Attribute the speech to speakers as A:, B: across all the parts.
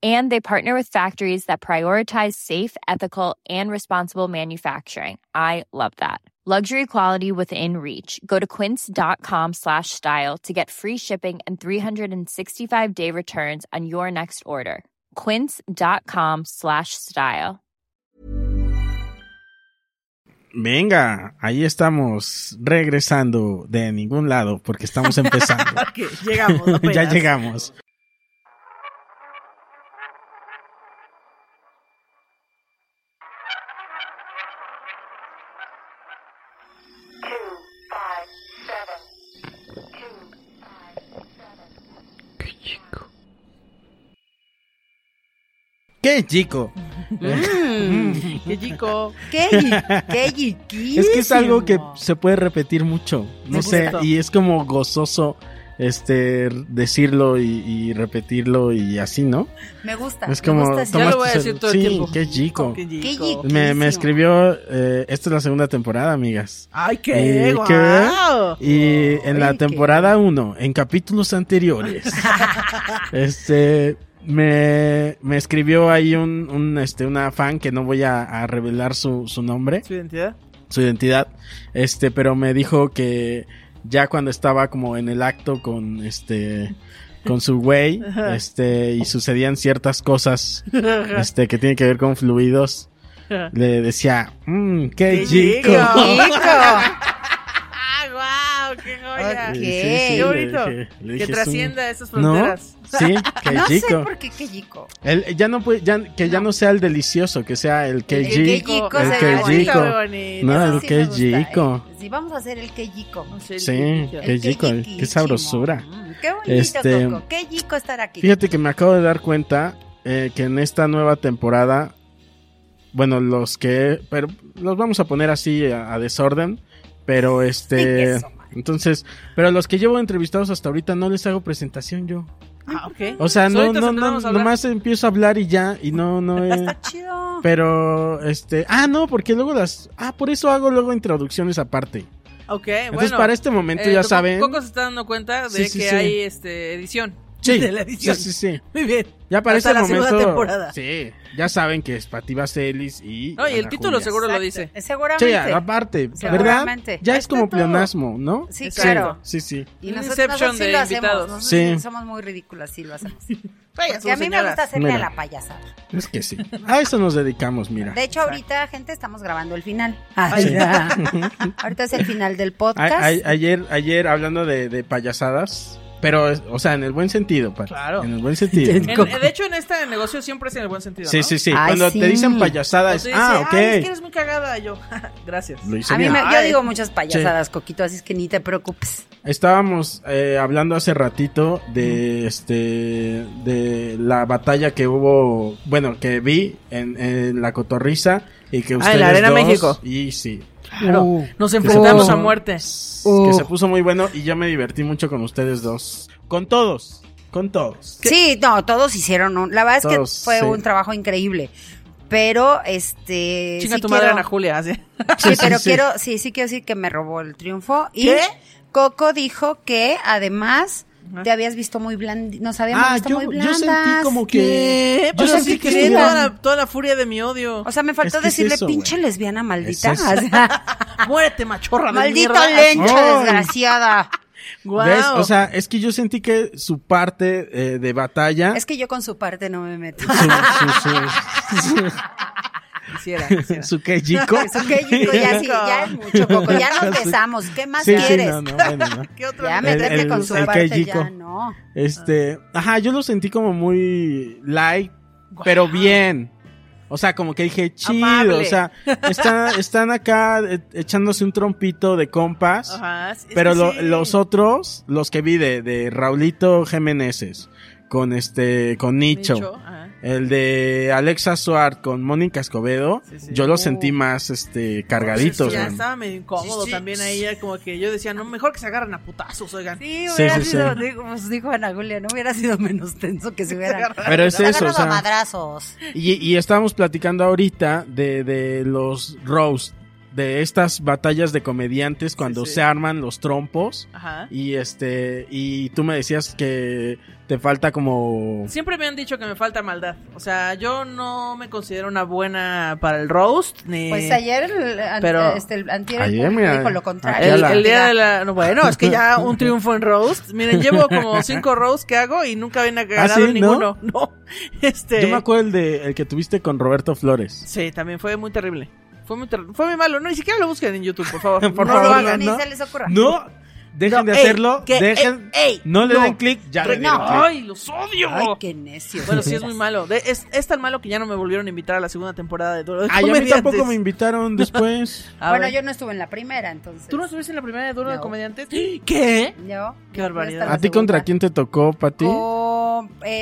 A: And they partner with factories that prioritize safe, ethical, and responsible manufacturing. I love that. Luxury quality within reach. Go to quince.com slash style to get free shipping and 365 day returns on your next order. Quince.com slash style.
B: Venga, ahí estamos regresando de ningún lado porque estamos empezando.
C: Ok, llegamos.
B: ya
C: apenas.
B: llegamos. ¿Qué chico?
C: Mm, qué chico.
D: ¿Qué? ¿Qué?
B: Es que es algo que se puede repetir mucho. No
C: Me
B: sé,
C: gusta.
B: y es como gozoso este r- decirlo y, y repetirlo y así, ¿no?
D: Me gusta.
B: Es
D: me
B: como
D: gusta ese-
C: Yo lo voy a
B: tomaste
C: decir
B: el-
C: todo el
B: sí,
C: tiempo.
B: qué chico.
C: Qué chico.
D: Qué chico.
B: Me, me
D: Riquísimo.
B: escribió, eh, esta es la segunda temporada, amigas.
C: Ay, qué
B: Eh,
C: guau.
B: Y en la
D: Ay, Oh, qué-
B: temporada 1, en capítulos anteriores, este me, me escribió ahí un, un, este una fan que no voy a, a revelar su, su nombre,
C: ¿Su identidad?
B: su identidad, este, pero me dijo que ya cuando estaba como en el acto con este con su güey,
C: Ajá.
B: este, y sucedían ciertas cosas este que tiene que ver con fluidos, le decía, "Mm, qué,
C: Qué
B: chico.
C: chico.
D: Chico.
C: ¡Ah, wow! ¡Qué joya!
D: Ok.
B: Sí,
D: Qué
B: le
C: bonito.
B: dije- le dije,
C: Que
B: "Es un-
C: trascienda esas
B: ¿No?
C: fronteras.
B: Sí, que
D: No sé
B: chico.
D: por qué qué chico.
B: El- ya no puede, ya, que ya no sea el delicioso, que sea el que
D: El que
B: chico.
D: chico
B: el
D: se
B: que
D: ve
B: chico.
D: bonito.
B: No,
D: Eso
B: el
D: sí
B: que
D: me gusta, ¿eh?
B: chico.
D: Sí, vamos a hacer el que chico.
B: Sí, qué
D: El que
B: chico,
D: chiquísimo.
B: qué sabrosura.
D: Mm, Qué bonito,
B: Este-
D: Coco. Qué chico estar aquí.
B: Fíjate que me acabo de dar cuenta eh, que en esta nueva temporada, bueno, los que, pero los vamos a poner así a, a desorden, pero este,
D: Eso, man.
B: entonces, pero los que llevo entrevistados hasta ahorita no les hago presentación yo.
C: Ah, ok.
B: O sea, no,
C: Solitos
B: no, no,
C: empezamos a hablar.
B: nomás empiezo a hablar y ya, y no, no. eh,
D: Está chido.
B: Pero, este, ah, no, porque luego las, ah, por eso hago luego introducciones aparte.
C: Ok,
B: Entonces,
C: Eh, bueno.
B: para este momento
C: eh,
B: ya
C: Coco-
B: saben.
C: Coco se está dando cuenta de
B: Sí, sí,
C: que
B: sí.
C: hay este, edición.
B: sí,
C: De la
B: sí,
C: edición.
B: sí, sí.
C: Muy bien.
B: Ya para
C: Hasta
B: este
C: la segunda
B: momento.
C: temporada.
B: Sí, ya saben que es Pati Baselis y.
C: No, y el
B: Ana
C: título
B: Julia.
C: seguro lo
D: Exacto.
C: dice.
D: Eh, Seguramente.
B: Sí, aparte, ¿verdad?
D: Seguramente.
B: Ya es
C: Este
D: Está
B: como
D: todo.
B: pleonasmo, ¿no?
D: Sí, claro.
B: Sí, sí.
D: Y
C: Un
D: nosotros,
C: inception
D: nosotros sí
C: de
D: lo hacemos.
C: invitados.
D: Nosotros
B: Sí.
D: sí somos muy ridículas sí lo hacemos.
C: Vaya,
D: Porque a mí me gusta hacerle
B: Mira.
D: a la payasada.
B: Es que sí. A eso nos dedicamos, mira.
D: De hecho, ahorita, gente, estamos grabando el final.
B: Ah,
C: Ay, ya.
D: Ahorita es el final del
B: A-
D: podcast.
B: a- ayer, ayer hablando de, de payasadas, pero, es- o sea, en el buen sentido, Pati.
C: Claro.
B: En el buen sentido.
C: En- de hecho, en este negocio siempre es en el buen sentido.
B: Sí,
C: ¿no?
B: sí, sí.
D: Ay,
B: Cuando
D: sí.
B: te dicen payasada,
C: O
B: es,
C: te dice,
B: ah, ok.
C: "Ay, es que eres muy cagada. Y yo, gracias.
B: Lo hice
D: A mí
B: bien.
D: me, yo
C: Ay.
D: digo muchas payasadas, Coquito, así es que ni te preocupes.
B: Estábamos eh, hablando hace ratito de este de la batalla que hubo, bueno, que vi en, en la cotorriza y que ustedes
C: Ah, Arena
B: dos-
C: México.
B: y sí,
C: Claro.
D: Uh.
C: Nos
B: se
C: enfrentamos
B: puso-
C: a muerte.
B: que
D: Uh.
B: se puso muy bueno y yo me divertí mucho con ustedes dos, con todos, con todos.
D: Sí, no, todos hicieron un, la verdad es
B: Todos,
D: que fue
B: sí.
D: un trabajo increíble. Pero este
C: Chinga
D: sí
C: tu madre,
D: quiero-
C: Ana Julia. así.
B: Sí, sí,
D: Sí, pero
B: sí.
D: quiero, sí, sí quiero decir que me robó el triunfo. Y
C: ¿Qué?
D: Coco dijo que además
C: Ajá.
D: te habías visto muy blandi, nos habíamos
B: Ah,
D: visto
B: yo,
D: muy
B: yo
D: blandas.
B: sentí como
C: ¿Qué?
B: que
C: Pues
B: yo
C: así
B: sentí que
C: que
B: estuvo-
C: toda la, toda la furia de mi odio.
D: O sea, me faltó
B: Es que es
D: decirle
B: eso,
D: pinche
B: güey.
D: lesbiana maldita.
B: Es eso.
D: o sea,
C: Muérete, machorra. de
D: maldita
C: mierda.
D: lencha
B: Ay.
D: desgraciada.
C: Guau.
B: ¿Ves? O sea, es que yo sentí que su parte eh, de batalla
D: Es que yo con su parte no me meto.
B: su- su- su-
C: Quisiera, quisiera.
B: Su Keijiko.
D: Eso que yo digo, ya sí, ya es mucho, Coco. Ya nos besamos. ¿Qué más
B: Sí, sí,
D: quieres?
B: no, no, bueno, no.
C: ¿Qué otro?
D: Ya me
B: El-
D: trate
B: el-
D: con su
B: el
D: parte,
B: Keijiko.
D: ya no.
B: Este, ajá, yo lo sentí como muy light, pero bien. O sea, como que dije, chido,
C: Amable.
B: o sea, están, están acá eh, echándose un trompito de compas.
C: Ajá, es- es
B: Pero
C: que
B: lo-
C: sí.
B: los otros, los que vi de, de Raulito Jiménez, con este, con Nicho,
C: Nicho, ajá.
B: el de Alexa Suart con Mónica Escobedo,
C: Sí, sí.
B: yo los
C: Uh.
B: sentí más, este,
C: Sí,
B: cargaditos,
C: ya
B: man.
C: estaba medio incómodo
D: Sí, sí.
C: también ahí, ya como que yo decía, no, mejor que se agarren a putazos, oigan.
D: Sí,
B: Sí,
D: hubiera
B: sí, sí.
D: sido, digo, pues dijo Ana Julia, no hubiera sido menos tenso que se hubieran.
B: Pero es
D: Se
B: eso, o
D: agarrado a
B: sea,
D: madrazos.
B: y, y estábamos platicando ahorita de, de los roast, de estas batallas de comediantes cuando
C: sí.
B: se arman los trompos,
C: Ajá.
B: y este, y tú me decías que te falta como...
C: Siempre me han dicho que me falta maldad. O sea, yo no me considero una buena para el roast, ni...
D: Pues ayer, el, an-
C: Pero-
D: este, el antier, el
B: Ayer,
D: público
B: mira,
D: dijo lo
B: aquí
D: contrario.
B: a
C: El,
B: la-
C: el día de la... no, bueno, es que ya un triunfo en roast. Miren, llevo como cinco roasts que hago y nunca habían ganado
B: Ah, ¿sí? ¿No?
C: ninguno. No, este...
B: Yo me acuerdo el, de, el que tuviste con Roberto Flores.
C: Sí, también fue muy terrible. Fue muy, terri- fue muy malo. No, ni siquiera lo busquen en YouTube, por favor.
B: Por
C: no
B: favor,
C: lo
D: Ni-
C: hagan.
D: Ni
B: ¿no?
D: se les ocurra.
B: No, dejen de
C: No, ey,
B: hacerlo.
C: que-
B: dejen,
C: ey, ey,
B: no le
C: no.
B: den clic, ya le
C: Re-
B: dieron clic.
C: ¡Ay, los odio!
D: Ay, qué necio.
C: Bueno, sí es muy malo. De- es, es tan malo que ya no me volvieron a invitar a la segunda temporada de Duro de
B: Ay, Ah, a mí
C: Comediantes.
B: tampoco me invitaron después.
C: Ah,
D: bueno,
C: bueno.
D: yo no estuve en la primera, entonces.
C: ¿Tú no estuviste en la primera de Duro de
D: No.
C: Comediantes? ¿Qué?
D: Yo.
C: Qué barbaridad.
B: ¿A ti contra
D: quién?
B: quién te tocó, Pati?
D: Oh.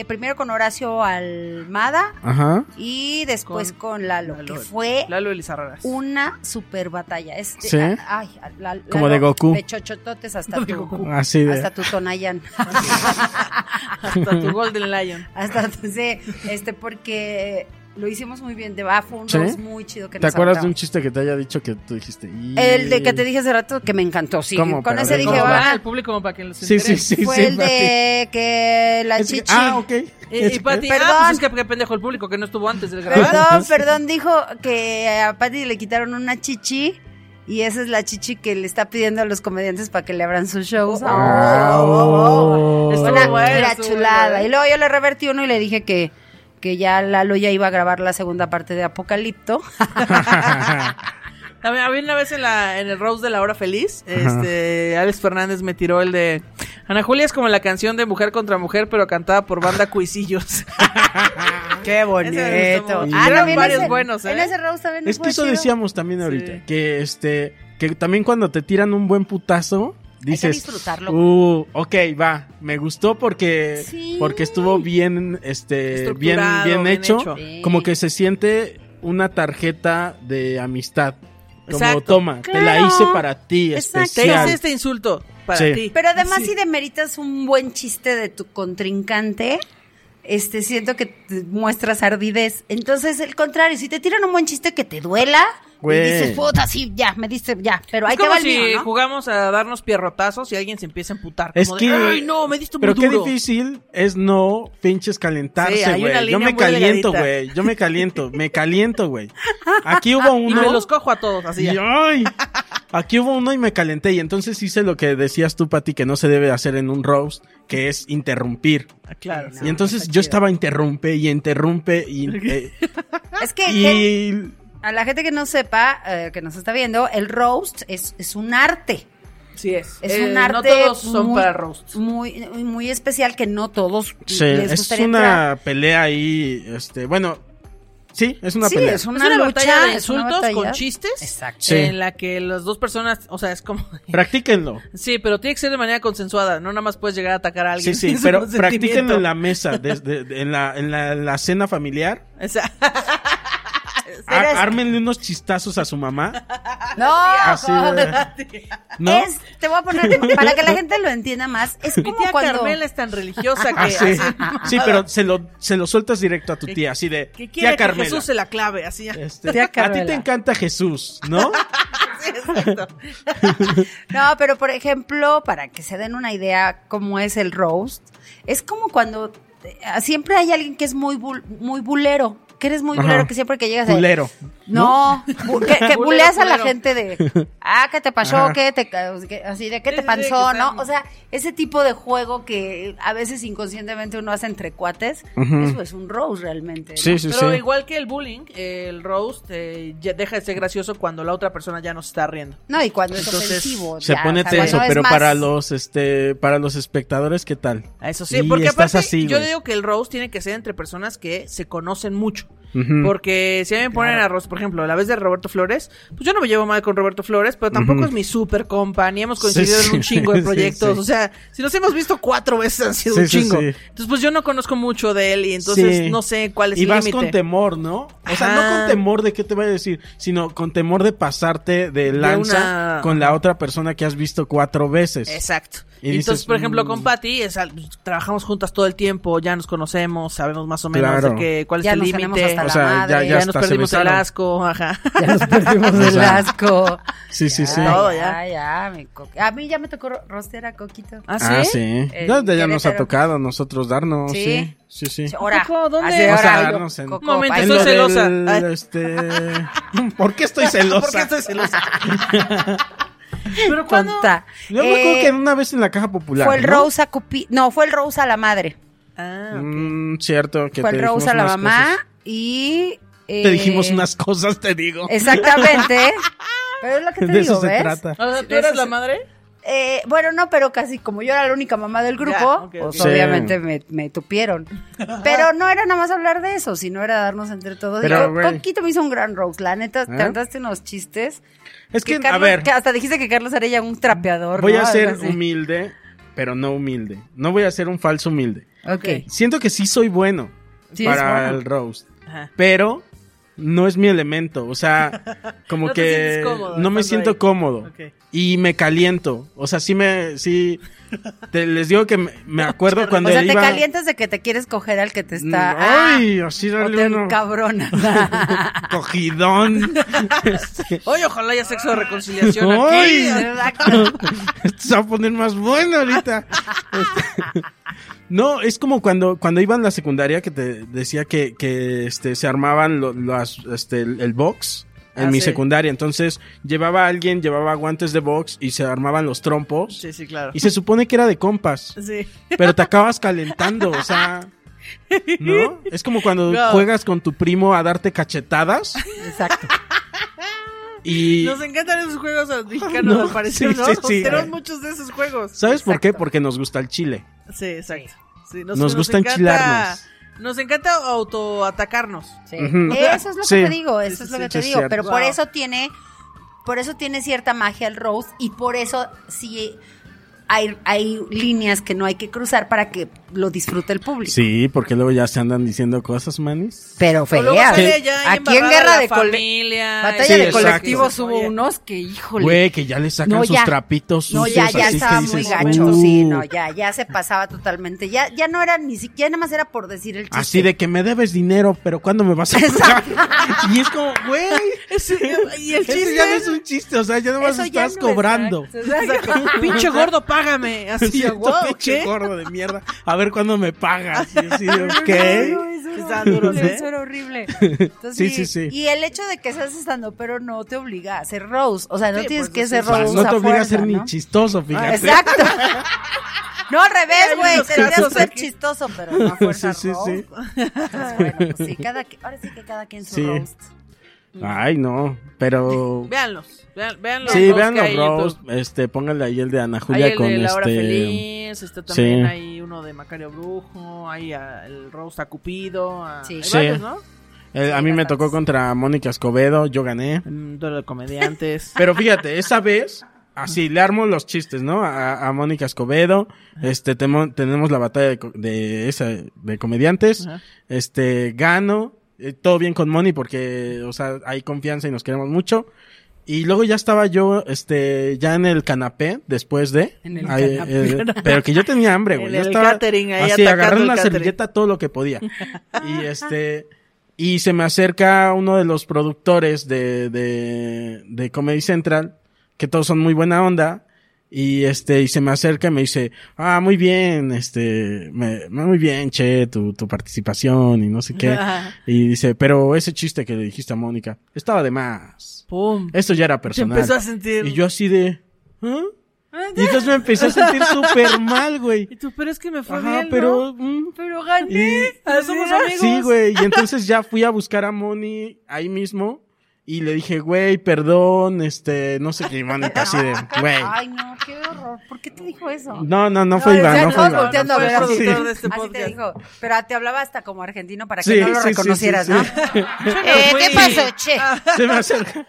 D: primero con Horacio Almada
B: Ajá.
D: y después
C: Con
D: con, Lalo,
C: Lalo.
D: que fue
C: Lalo Elizarraras.
D: una super batalla. Este,
B: ¿Sí?
D: a- ay, a- la- la-
B: Como de Goku.
D: De chochototes hasta
C: De
D: tu,
C: Goku.
B: Así de.
D: hasta tu Tonayan.
C: Hasta tu Golden Lion.
D: hasta tu- sí, este, porque lo hicimos muy bien. De ah, fue un
B: ¿Sí?
D: roast muy chido que
B: ¿Te
D: nos
B: acuerdas de un
D: aventamos.
B: chiste que te haya dicho que tú dijiste? "Y-".
D: El de que te dije hace rato que me encantó, sí.
B: ¿Cómo?
D: Con
B: Pero
D: ese
B: de
D: dije,
B: cómo
D: va,
C: va al público como para que los
B: Sí, sí,
C: enteren.
B: sí.
D: fue
B: sí,
D: el
B: Pati.
D: de que la
B: Es que-
D: chichi.
B: Ah, ok.
C: Y, y Pati, ah,
D: Perdón.
C: pues es que que pendejo el público que no estuvo antes del grabar.
D: Perdón, perdón, dijo que a Patty le quitaron una chichi y esa es la chichi que le está pidiendo a los comediantes para que le abran sus shows.
B: Ah,
D: oh,
B: oh.
C: Es
D: Fue
C: Estuvo
D: una,
C: bueno,
D: una
C: estuvo
D: chulada.
C: bueno, ¿eh?
D: Y luego yo le revertí uno y le dije que, que ya Lalo ya iba a grabar la segunda parte de Apocalipto.
C: A mí, a mí una vez en, la, en el Rose de la Hora Feliz, este, Alex Fernández me tiró el de... Ana Julia es como la canción de Mujer contra Mujer, pero cantada por banda Cuisillos.
D: Qué
C: bonito. Ese me gustó mucho.
D: Ah,
C: Eran
D: también
C: varios
D: ese-
C: buenos, ¿eh?
D: En ese roast también
B: Es
D: fue
B: que eso
D: chido.
B: decíamos también ahorita.
C: Sí.
B: Que este. Que también cuando te tiran un buen putazo. Dices,
D: disfrutarlo.
B: Uh, ok, va. Me gustó porque,
D: Sí.
B: porque estuvo bien, este, bien,
C: Estructurado,
B: bien,
C: bien
B: hecho.
C: hecho.
D: Sí.
B: Como que se siente una tarjeta de amistad. Como
C: Exacto.
B: toma, te la
D: Claro.
B: hice para ti,
D: Exacto.
C: Te
B: especial.
C: hice este insulto para
B: Sí.
C: ti.
D: Pero además
C: Sí.
D: si demeritas un buen chiste de tu contrincante, este siento que te muestras ardidez. Entonces, el contrario, si te tiran un buen chiste que te duela,
B: Güey.
D: y dices, puta, sí, ya, me diste, ya, pero
C: Es
D: ahí te
C: como
D: va el
C: si
D: mío, ¿no?
C: jugamos a darnos pierrotazos y alguien se empieza a emputar.
B: Es
C: como
B: que-
C: de, ¡Ay, no! Me diste muy
B: Pero qué
C: duro".
B: difícil es no pinches
C: Sí,
B: calentarse,
C: hay una
B: güey.
C: línea
B: Yo me
C: muy
B: caliento,
C: delgadita.
B: güey. Yo me caliento, me caliento, güey. Aquí hubo
C: Y
B: uno.
C: me los cojo a todos, así
B: Y,
C: ya.
B: ay, aquí hubo uno y me calenté. Y entonces hice lo que decías tú, Pati, que no se debe hacer en un roast, que es interrumpir.
C: Ah, Claro.
D: Sí,
C: sí.
D: no,
B: y entonces
D: está
B: yo
D: chido.
B: estaba interrumpe y interrumpe y... eh,
D: Es que gente-
B: y
D: a la gente que no sepa, eh, que nos está viendo, el roast es, es un arte.
C: Sí es.
D: Es
C: Eh,
D: un arte
C: No todos son
D: muy,
C: para roast.
D: Muy, muy especial que no todos
B: sí,
D: les
B: es
D: gustaría
B: una
D: entrar.
B: pelea ahí, este, bueno, sí, es una
D: sí,
B: pelea.
D: es
C: Es
D: una,
C: una
D: lucha,
C: batalla de
D: es una
C: insultos
D: batalla.
C: con chistes.
D: Exacto.
B: Sí.
C: En la que las dos personas, o sea, es como...
B: Practíquenlo.
C: Sí, pero tiene que ser de manera consensuada. No nada más puedes llegar a atacar a alguien.
B: Sí, sí,
C: sin su
B: pero
C: consentimiento.
B: practíquenlo en la mesa, desde, de- en, la, en la- la cena familiar.
C: O sea,
B: Ar-
D: Pero es-
B: ármenle unos chistazos a su mamá.
D: No,
B: Así de- ¿no?
D: Es, te voy a poner, para que la gente lo entienda más, es
C: mi
D: como
C: tía
D: cuando...
C: Carmela es tan religiosa que...
B: Ah, sí.
C: así,
B: Sí, pero se lo, se lo sueltas directo a tu tía, así de...
C: que quiere
B: Tía
C: que
B: Carmela.
C: Jesús se la clave, así.
B: Este,
D: Tía
B: a ti
D: Carmela.
B: te encanta Jesús, ¿no?
C: Sí, exacto.
D: No, pero por ejemplo, para que se den una idea cómo es ah, el roast, es como cuando eh, siempre hay alguien que es muy, bul- muy bulero. que eres muy
B: Ajá.
D: culero, que siempre que llegas... eh,
B: Culero.
D: No, bu- que, que
C: Culero,
D: buleas a la
C: culero.
D: gente de, ah, ¿qué te pasó?
B: Ajá.
D: ¿Qué te, ca- que- así de, ¿qué
C: Sí, sí,
D: te
C: sí,
D: pasó?
C: que
D: ¿No?
C: están-
D: O sea, ese tipo de juego que a veces inconscientemente uno hace entre cuates,
B: Ujú.
D: eso es un rose realmente. ¿no?
B: Sí, sí,
C: Pero
B: sí.
C: igual que el bullying, el roast eh, ya deja de ser gracioso cuando la otra persona ya no se está riendo.
D: No, y cuando es
C: Entonces,
D: ofensivo.
B: Se
D: ya,
B: pone
D: o sea, cuando
B: tenso,
D: es
B: pero
D: más-
B: para los este para los espectadores, ¿qué tal?
C: A Eso sí,
B: Y
C: porque
B: estás
C: aparte
B: así,
C: yo
B: güey.
C: digo que el roast tiene que ser entre personas que se conocen mucho.
B: Ujú.
C: Porque si a mí me ponen a roast, por ejemplo, la vez de Roberto Flores, pues yo no me llevo mal con Roberto Flores, pero tampoco
B: Ujú.
C: es mi super compa, ni hemos
B: Sí,
C: coincidido en
B: sí.
C: un chingo de
B: Sí,
C: proyectos.
B: sí.
C: O sea, si nos hemos visto cuatro veces han sido
B: Sí,
C: un
B: sí,
C: chingo.
B: sí.
C: Entonces, pues yo no conozco mucho de él y entonces
B: Sí.
C: no sé cuál es
B: Y
C: el
B: vas
C: límite.
B: con temor, ¿no? O sea, no
C: Ajá.
B: con temor de qué te vaya a decir, sino con temor de pasarte de lanza
C: una-
B: con la otra persona que has visto cuatro veces.
C: Exacto.
B: Y
C: Y Entonces,
B: dices,
C: por ejemplo,
B: mm.
C: con Patty, es al- trabajamos juntas todo el tiempo, ya nos conocemos, sabemos más o menos
B: Claro.
C: de que- cuál
D: Ya
C: es el
D: nos tenemos
C: límite.
D: hasta
B: O
D: la
B: sea, ya,
D: madre.
B: ya,
C: Ya,
B: hasta
C: nos
B: se
C: perdimos el
B: besaron.
C: asco, ajá.
D: Ya nos perdimos del
B: sea,
D: asco.
B: Sí, sí, sí.
D: Ya,
C: Todo,
D: ya, ya, mi co- A mí ya me tocó ro- rostear a Coquito.
C: ¿Ah,
B: Ah, sí.
D: El
B: Ya, ya nos ha
D: Querétaro.
B: tocado a nosotros darnos. Sí,
D: Sí. oh,
B: sí, sí.
D: Ahora,
C: Coco, ¿dónde?
D: hace
B: O sea,
D: hora,
B: darnos en-
D: Coco,
C: Un momento,
D: pa-
B: En
C: estoy
B: lo del,
C: celosa. Ay.
B: este... ¿Por qué estoy celosa?
C: ¿Por qué estoy celosa? Pero cuando...
D: tonta.
B: Yo me acuerdo
D: Eh,
B: que una vez en la caja popular.
D: fue el
B: ¿no?
D: Rose a Cupi- no, fue el Rose a la madre.
C: Ah,
B: Mm, cierto, que
D: fue
B: te
D: el Rose
B: dijimos
D: a la
B: unas
D: mamá
B: cosas.
D: y... eh,
B: Te dijimos unas cosas, te digo.
D: Exactamente. pero es lo que te
B: de
D: digo,
B: eso se
D: ¿ves?
B: trata.
C: o sea, ¿tú
D: De eso
C: eras la
D: se-
C: madre?
D: Eh, bueno, no, pero casi como yo era la única mamá del grupo,
C: Ya, ok,
D: pues
B: ok. Sí.
D: obviamente me, me tupieron. Pero no era nada más hablar de eso, sino era darnos entre todos.
B: Pero,
D: Pero,
B: güey.
D: Coquito me hizo un gran roast, la neta,
B: ¿Eh?
D: te andaste unos chistes.
B: Es que, a
D: Carlos-
B: ver,
D: que hasta dijiste que Carlos era ya un trapeador.
B: voy
D: ¿no?
B: a
D: Algo
B: ser
D: así.
B: humilde, pero no humilde. No voy a ser un falso humilde.
D: Ok.
B: Siento que sí soy bueno
D: Sí,
B: para
D: es bueno.
B: el roast,
C: Ajá.
B: pero no es mi elemento. O sea, como
C: No te
B: que
C: sientes cómodo
B: no me
C: estando
B: siento
C: ahí.
B: cómodo.
C: Ok.
B: Y me caliento. O sea, sí me... Sí, te- les digo que me, me acuerdo cuando
D: O sea,
B: iba... Mm,
D: te calientas de que te quieres coger al que te está.
B: Ay, así
D: ah, o
B: dale
D: te
B: uno.
D: encabronas.
B: Cogidón. Este,
C: Oye, ojalá haya sexo de reconciliación
B: ¡Ay!
C: aquí.
D: Exacto.
B: Esto se va a poner más bueno ahorita. Este, no, es como cuando, cuando iba en la secundaria que te decía que, que, este, se armaban lo- las, este, el, el box. En
C: Ah,
B: mi
C: sí.
B: secundaria, entonces llevaba a alguien, llevaba guantes de box y se armaban los trompos.
C: Sí, sí, claro.
B: Y se supone que era de compas,
C: Sí.
B: pero te acabas calentando, o sea, ¿no? Es como cuando
C: No.
B: juegas con tu primo a darte cachetadas
D: Exacto.
B: y
C: Nos encantan esos juegos mexicanos,
B: No,
C: al parecer,
B: sí,
C: ¿no?
B: sí, sí.
C: Tenemos muchos de esos juegos.
B: ¿Sabes por qué?
D: Exacto.
B: Porque nos gusta el chile.
C: Sí, exacto. Sí,
B: Nos gusta
C: encanta-
B: enchilarnos.
C: Nos encanta autoatacarnos.
D: Sí.
B: Ujú.
D: Eso es lo
B: Sí.
D: que te digo, eso
C: Sí,
D: es lo
C: sí,
D: que
B: sí,
D: te
B: es
D: digo.
B: cierto.
D: Pero por
C: Wow.
D: eso tiene, por eso tiene cierta magia el roast y por eso sí hay, hay líneas que no hay que cruzar para que lo disfrute el público.
B: Sí, porque luego ya se andan diciendo cosas, manis.
D: Pero
C: O Pues luego
D: feas.
C: sale ya
D: Aquí en
C: embarrada
D: guerra
C: la
D: de cole-
C: familia.
D: batalla
B: Sí,
D: de
B: exacto.
D: colectivos hubo
C: Oye,
D: unos que híjole.
B: Güey, que ya le sacan
D: No,
B: sus
D: ya.
B: trapitos
D: No,
B: sucios.
D: ya, ya
B: así que
D: estaba muy
B: dices,
D: gacho,
B: "Uh".
D: sí, no, ya, ya se pasaba totalmente. Ya, ya no era ni siquiera, nada más era por decir el chiste.
B: Así de que me debes dinero, pero ¿cuándo me vas a pagar? y es como, güey,
C: ese- y el
B: eso ya no
C: chiste
B: es un chiste, o sea, ya nomás
D: Eso ya
B: "Pues estás
D: no es-
B: cobrando.
D: Exacto.
C: pinche gordo, págame. Así,
B: Sí,
C: wow,
B: esto, pinche
C: ¿qué?
B: gordo de mierda. A ver cuándo me pagas. Y así,
D: Ay, no,
B: ok.
D: eso era
C: Estaban duros,
D: horrible,
C: ¿eh?
D: eso era horrible.
B: Sí,
D: Entonces,
B: sí, sí.
D: Y el hecho de que seas estando, pero no te obliga a ser Rose. O sea, no
C: Sí,
D: tienes
C: pues,
D: que
C: sí,
D: ser
C: sí.
D: Rose.
B: no te obliga a
D: fuerza,
B: ser ni
D: ¿no?
B: chistoso, fíjate.
D: Exacto. No, al revés,
C: Hay
D: güey.
C: unos
D: Tendrías que
C: casos
D: ser
C: aquí.
D: chistoso, pero no a fuerza
B: Sí, sí,
D: Rose.
B: sí.
D: Entonces, bueno, pues sí, cada, qui- ahora sí que cada quien su
B: Sí.
D: roast.
B: Ay, no, pero...
C: Véanlos. Vean, vean los
B: Sí,
C: roast
B: vean
C: que
B: los
C: hay en
B: roast,
C: YouTube.
B: este, pónganle ahí el de Ana
C: Hay
B: Julia
C: el
B: con
C: de La Hora
B: este...
C: Feliz, está también
B: sí.
C: hay uno de Macario Brujo, hay ah, el roast a Cupido, ah,
D: Sí.
C: hay
B: Sí.
C: varios, ¿no?
B: Eh, a mí me tocó contra Mónica Escobedo, yo gané.
C: Un duelo de comediantes.
B: Pero fíjate, esa vez, así le armo los chistes, ¿no? A, a Mónica Escobedo, este, temo- tenemos la batalla de, co- de esa, de comediantes,
C: Ajá.
B: este, gano, eh, todo bien con Moni porque, o sea, hay confianza y nos queremos mucho. Y luego ya estaba yo, este, ya en el canapé, después de.
D: En el
B: canapé. pero que yo tenía hambre, güey.
C: En
B: Yo
C: el
B: estaba
C: catering, ahí
B: así,
C: atacando
B: agarré
C: el
B: una
C: catering.
B: servilleta todo lo que podía. Y este, y se me acerca uno de los productores de, de, de Comedy Central, que todos son muy buena onda, Y este, y se me acerca y me dice, ah, muy bien, este, me- muy bien, che, tu, tu participación y no sé qué. y dice, pero ese chiste que le dijiste a Mónica, estaba de más.
C: ¡Pum!
B: Esto ya era personal.
C: empezó a sentir-
B: Y yo así de, ¿ah? Y entonces me empecé a sentir súper mal, güey.
C: Y tú, pero es que me fue
B: Ajá,
C: bien,
B: pero, mm,
D: Pero
B: y-
D: gané.
C: ¿no? Ah, somos amigos.
B: Sí, güey. Y entonces ya fui a buscar a Moni ahí mismo y le dije, güey, perdón, este, no sé qué, y Moni así de, güey.
D: Ay, no, qué horror. ¿Por qué te dijo eso?
B: No, no, no fue Iván,
D: ya
B: no fue
D: todos
B: Iván.
D: volteando a
C: No fue
D: ver
C: el
D: así.
C: productor de este
D: Así te
C: podcast.
D: dijo. Pero te hablaba hasta como argentino para este, que
B: Sí,
D: no lo
B: sí, sí,
D: reconocieras,
B: sí,
D: ¿no?
B: sí.
D: Eh,
C: Fui-
D: ¿Qué pasó, che?
C: Ah.
B: Se me acerca.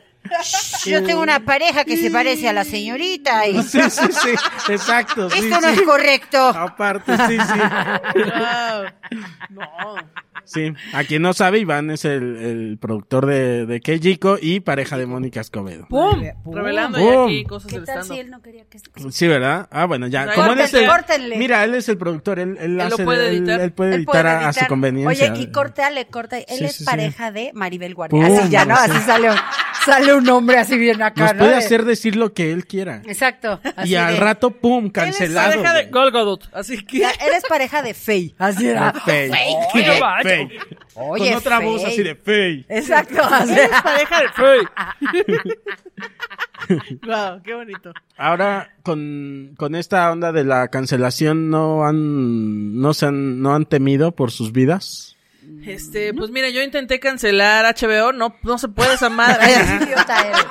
D: Yo tengo una pareja que se parece a la señorita y
B: Sí, sí, sí. Exacto. sí,
D: esto no
B: sí. Ah,
D: es correcto.
B: Aparte, sí, sí.
C: Wow. No.
B: Sí. A quien no sabe, Iván es el, el productor de, de Keiko y pareja de Mónica Escobedo.
C: ¡Pum!
E: Pum.
C: Revelando
B: Pum.
C: ya aquí cosas
D: ¿Qué
C: del
D: tal
C: stand
D: si él no quería que se-
B: Sí, ¿verdad? Ah, bueno, ya.
C: Córtenle,
B: Como él es el-
D: córtenle.
B: Mira, él es el productor. Él, él,
C: lo
B: hace-
C: puede
B: él-
C: editar.
B: él puede
D: Él
B: editar
D: puede
B: a- a su
D: editar.
B: conveniencia.
D: Oye, y corta, le corta. Él
B: Sí,
D: es
B: sí, sí.
D: pareja de Maribel Guardia.
B: Pum,
D: así ya, ¿no?
B: sí.
D: Así sale un, sale un hombre así bien acá,
B: Nos
D: ¿no?
B: puede
D: De-
B: hacer decir lo que él quiera.
D: Exacto. así
B: Y al
D: de-
B: rato, pum, cancelado.
C: Pareja de Golgodot. Así que.
D: Ya, Eres pareja de Fey. Así era.
B: Fey.
C: Oye, vaya.
D: Oye,
B: Con otra voz
D: Fey.
B: así de fey.
D: Exacto. así.
C: Eres pareja de Frey. wow, qué bonito.
B: Ahora, con, con esta onda de la cancelación, ¿no han, no se han, no han temido por sus vidas?
C: Este, pues mira, yo intenté cancelar HBO, no, no se puede esa madre.
D: Ay,
C: Ay,
D: así idiota eres.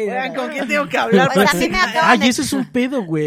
C: Oigan, ¿con quién tengo que hablar? Pues,
D: O sea, sí me acaban
B: Ay,
D: de-
B: ese es un pedo, güey.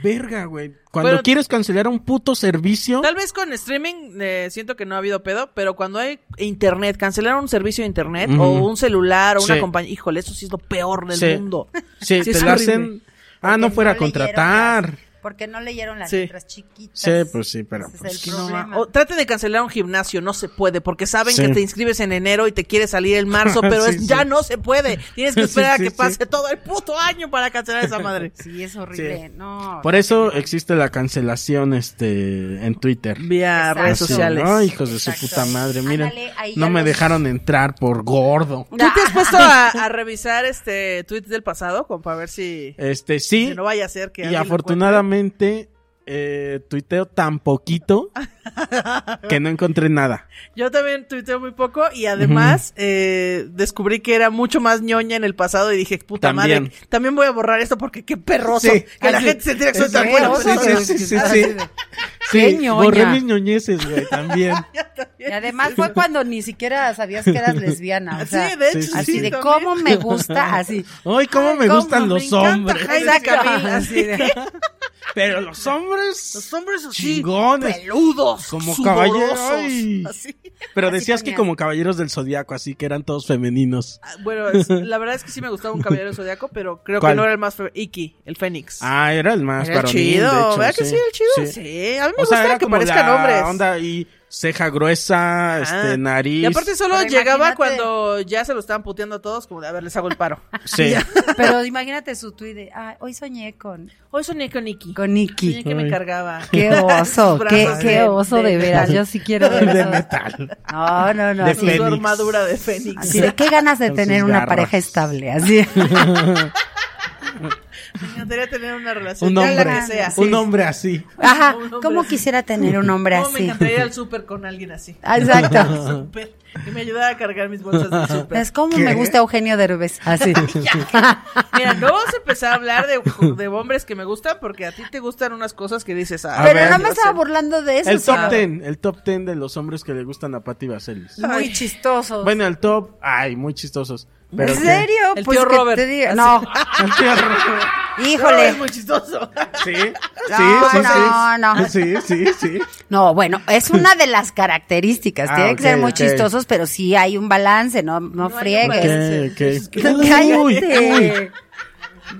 B: Verga, güey. Cuando
C: Pero-
B: quieres cancelar un puto servicio,
C: Tal vez con streaming eh, siento que no ha habido pedo, pero cuando hay internet, cancelar un servicio de internet
B: Ujú.
C: o un celular o
B: Sí.
C: una compañía, híjole, eso sí es lo peor del
B: Sí.
C: mundo.
B: sí,
C: Sí,
B: te
C: es
B: lo
C: horrible.
B: hacen. Ah, no
D: Porque
B: fuera a
D: leyeron
B: contratar.
D: las- porque no leyeron las
C: Sí.
D: letras chiquitas.
B: Sí, pues sí, pero
D: Ese es
B: pues
D: el
B: que
C: No,
D: problema.
C: ma- o traten de cancelar un gimnasio, no se puede, porque saben
B: Sí.
C: que te inscribes en enero y te quiere salir en marzo, pero
B: Sí,
C: es,
B: sí.
C: ya no se puede. Tienes que
B: Sí,
C: esperar
B: sí,
C: a que
B: sí.
C: pase todo el puto año para cancelar esa madre.
D: Sí, es horrible. No.
B: Por eso existe la cancelación, este, en Twitter.
C: Vía
D: Exacto.
C: redes
B: Así,
C: sociales.
B: ¿no? hijos de su
D: Exacto.
B: puta madre, miren.
D: Ándale, ahí
B: no
D: ya
B: me
D: los-
B: dejaron entrar por gordo.
C: ¿Tú te has puesto a, a revisar este tweet del pasado, como para ver si,
B: Este, sí.
C: si no vaya a ser que
B: Y
C: alguien lo
B: afortunadamente, eh, tuiteo tan poquito que no encontré nada.
C: encuentre. Yo también tuiteo muy poco y además eh, descubrí que era mucho más ñoña en el pasado y dije, puta
B: También.
C: madre, también voy a borrar esto porque qué perroso.
B: Sí.
C: Que la
B: Sí.
C: gente se tiene que soy
B: Sí,
C: tan Ah, buena
D: Perroso,
B: sí,
C: persona.
B: sí, sí, sí, sí. Sí, borré mis ñoñeces, güey, también.
D: Y además fue cuando ni siquiera sabías que eras lesbiana. O sea,
C: Sí, de hecho,
B: sí,
D: así
B: sí.
D: de
C: también.
D: cómo me gusta, así.
B: Ay, cómo me
D: cómo
B: gustan
D: me
B: los
C: encanta
B: hombres.
C: Jaime Camil, así de-
B: Pero los hombres.
C: Los hombres así,
B: Chingones.
C: peludos,
B: Como
C: sudorosos,
B: caballeros. Ay.
C: así.
B: Pero
D: Así
B: decías que
D: ponían.
B: como caballeros del zodiaco, así que eran todos femeninos.
C: Ah, Bueno, es- la verdad es que sí me gustaba un caballero zodiaco, pero creo
B: ¿Cuál?
C: que no era el más fe- Iki, el Fénix.
B: Ah, era el más
C: Era el
B: varonil,
C: chido,
B: de hecho,
C: ¿verdad que sí era el chido? Sí, a mí me
B: O sea,
C: gusta
B: era
C: que
B: como
C: parezcan
B: la
C: hombres.
B: onda y ceja gruesa,
C: Ah.
B: este, nariz.
C: Y aparte solo
D: Pero
C: llegaba
D: imagínate-
C: cuando ya se lo estaban puteando a todos, como de, a ver, les hago el paro.
B: Sí.
D: Pero imagínate su tweet de, "Ay, hoy soñé con,
C: Hoy soné con Iki.
D: con Nikki.
C: Soñé que me
B: Ay.
C: cargaba.
D: Qué oso,
C: Sus
D: qué,
C: brazos
D: qué
C: de-
D: oso de,
C: de
D: veras.
C: metal.
D: Yo sí quiero ver
B: de
D: eso.
B: metal.
D: No, no, no.
B: De
D: así,
C: Con su
B: Fénix.
C: armadura de Fénix.
D: así de qué ganas de
B: Con
D: tener
B: sus
D: una
B: garras.
D: pareja estable. Así.
C: Me encantaría tener una relación.
B: Un
C: ya la
B: hombre,
C: que sea.
B: un hombre así.
D: Ajá.
C: Un hombre
D: ¿Cómo
C: así.
D: quisiera tener un hombre
C: Cómo me
D: así?
C: encantaría ir al súper con alguien así.
D: Ah. Exacto.
C: Súper. Que me ayudara a cargar mis bolsas del súper.
D: Es como
B: ¿Qué?
D: me gusta Eugenio Derbez. Así.
C: Mira, no vamos a empezar a hablar de, de hombres que me gustan porque a ti te gustan unas cosas que dices, ah,
B: A
D: Pero
B: ver,
D: no me
B: yo
D: estaba burlando de eso.
B: El top
D: sino-
B: ten, el top ten de los hombres que le gustan a Patti Vaselis.
D: Muy chistoso.
B: Bueno, el top, ay, muy chistosos. Pero
D: ¿En
B: ¿qué?
D: serio?
C: El
D: pues
C: tío
D: que
C: Robert.
D: te diga- No,
B: El tío Robert.
C: no,
D: híjole.
C: es muy chistoso.
B: Sí,
D: No,
B: sí, sí, sí.
D: no, no.
B: Sí, sí, sí.
D: No, bueno, es una de las características.
B: Ah,
D: Tienen que ser
B: ok,
D: muy
B: ok.
D: chistosos, pero sí hay un balance, no, no, friegues.
B: Ok, ok. Uy, uy.
D: Cállate.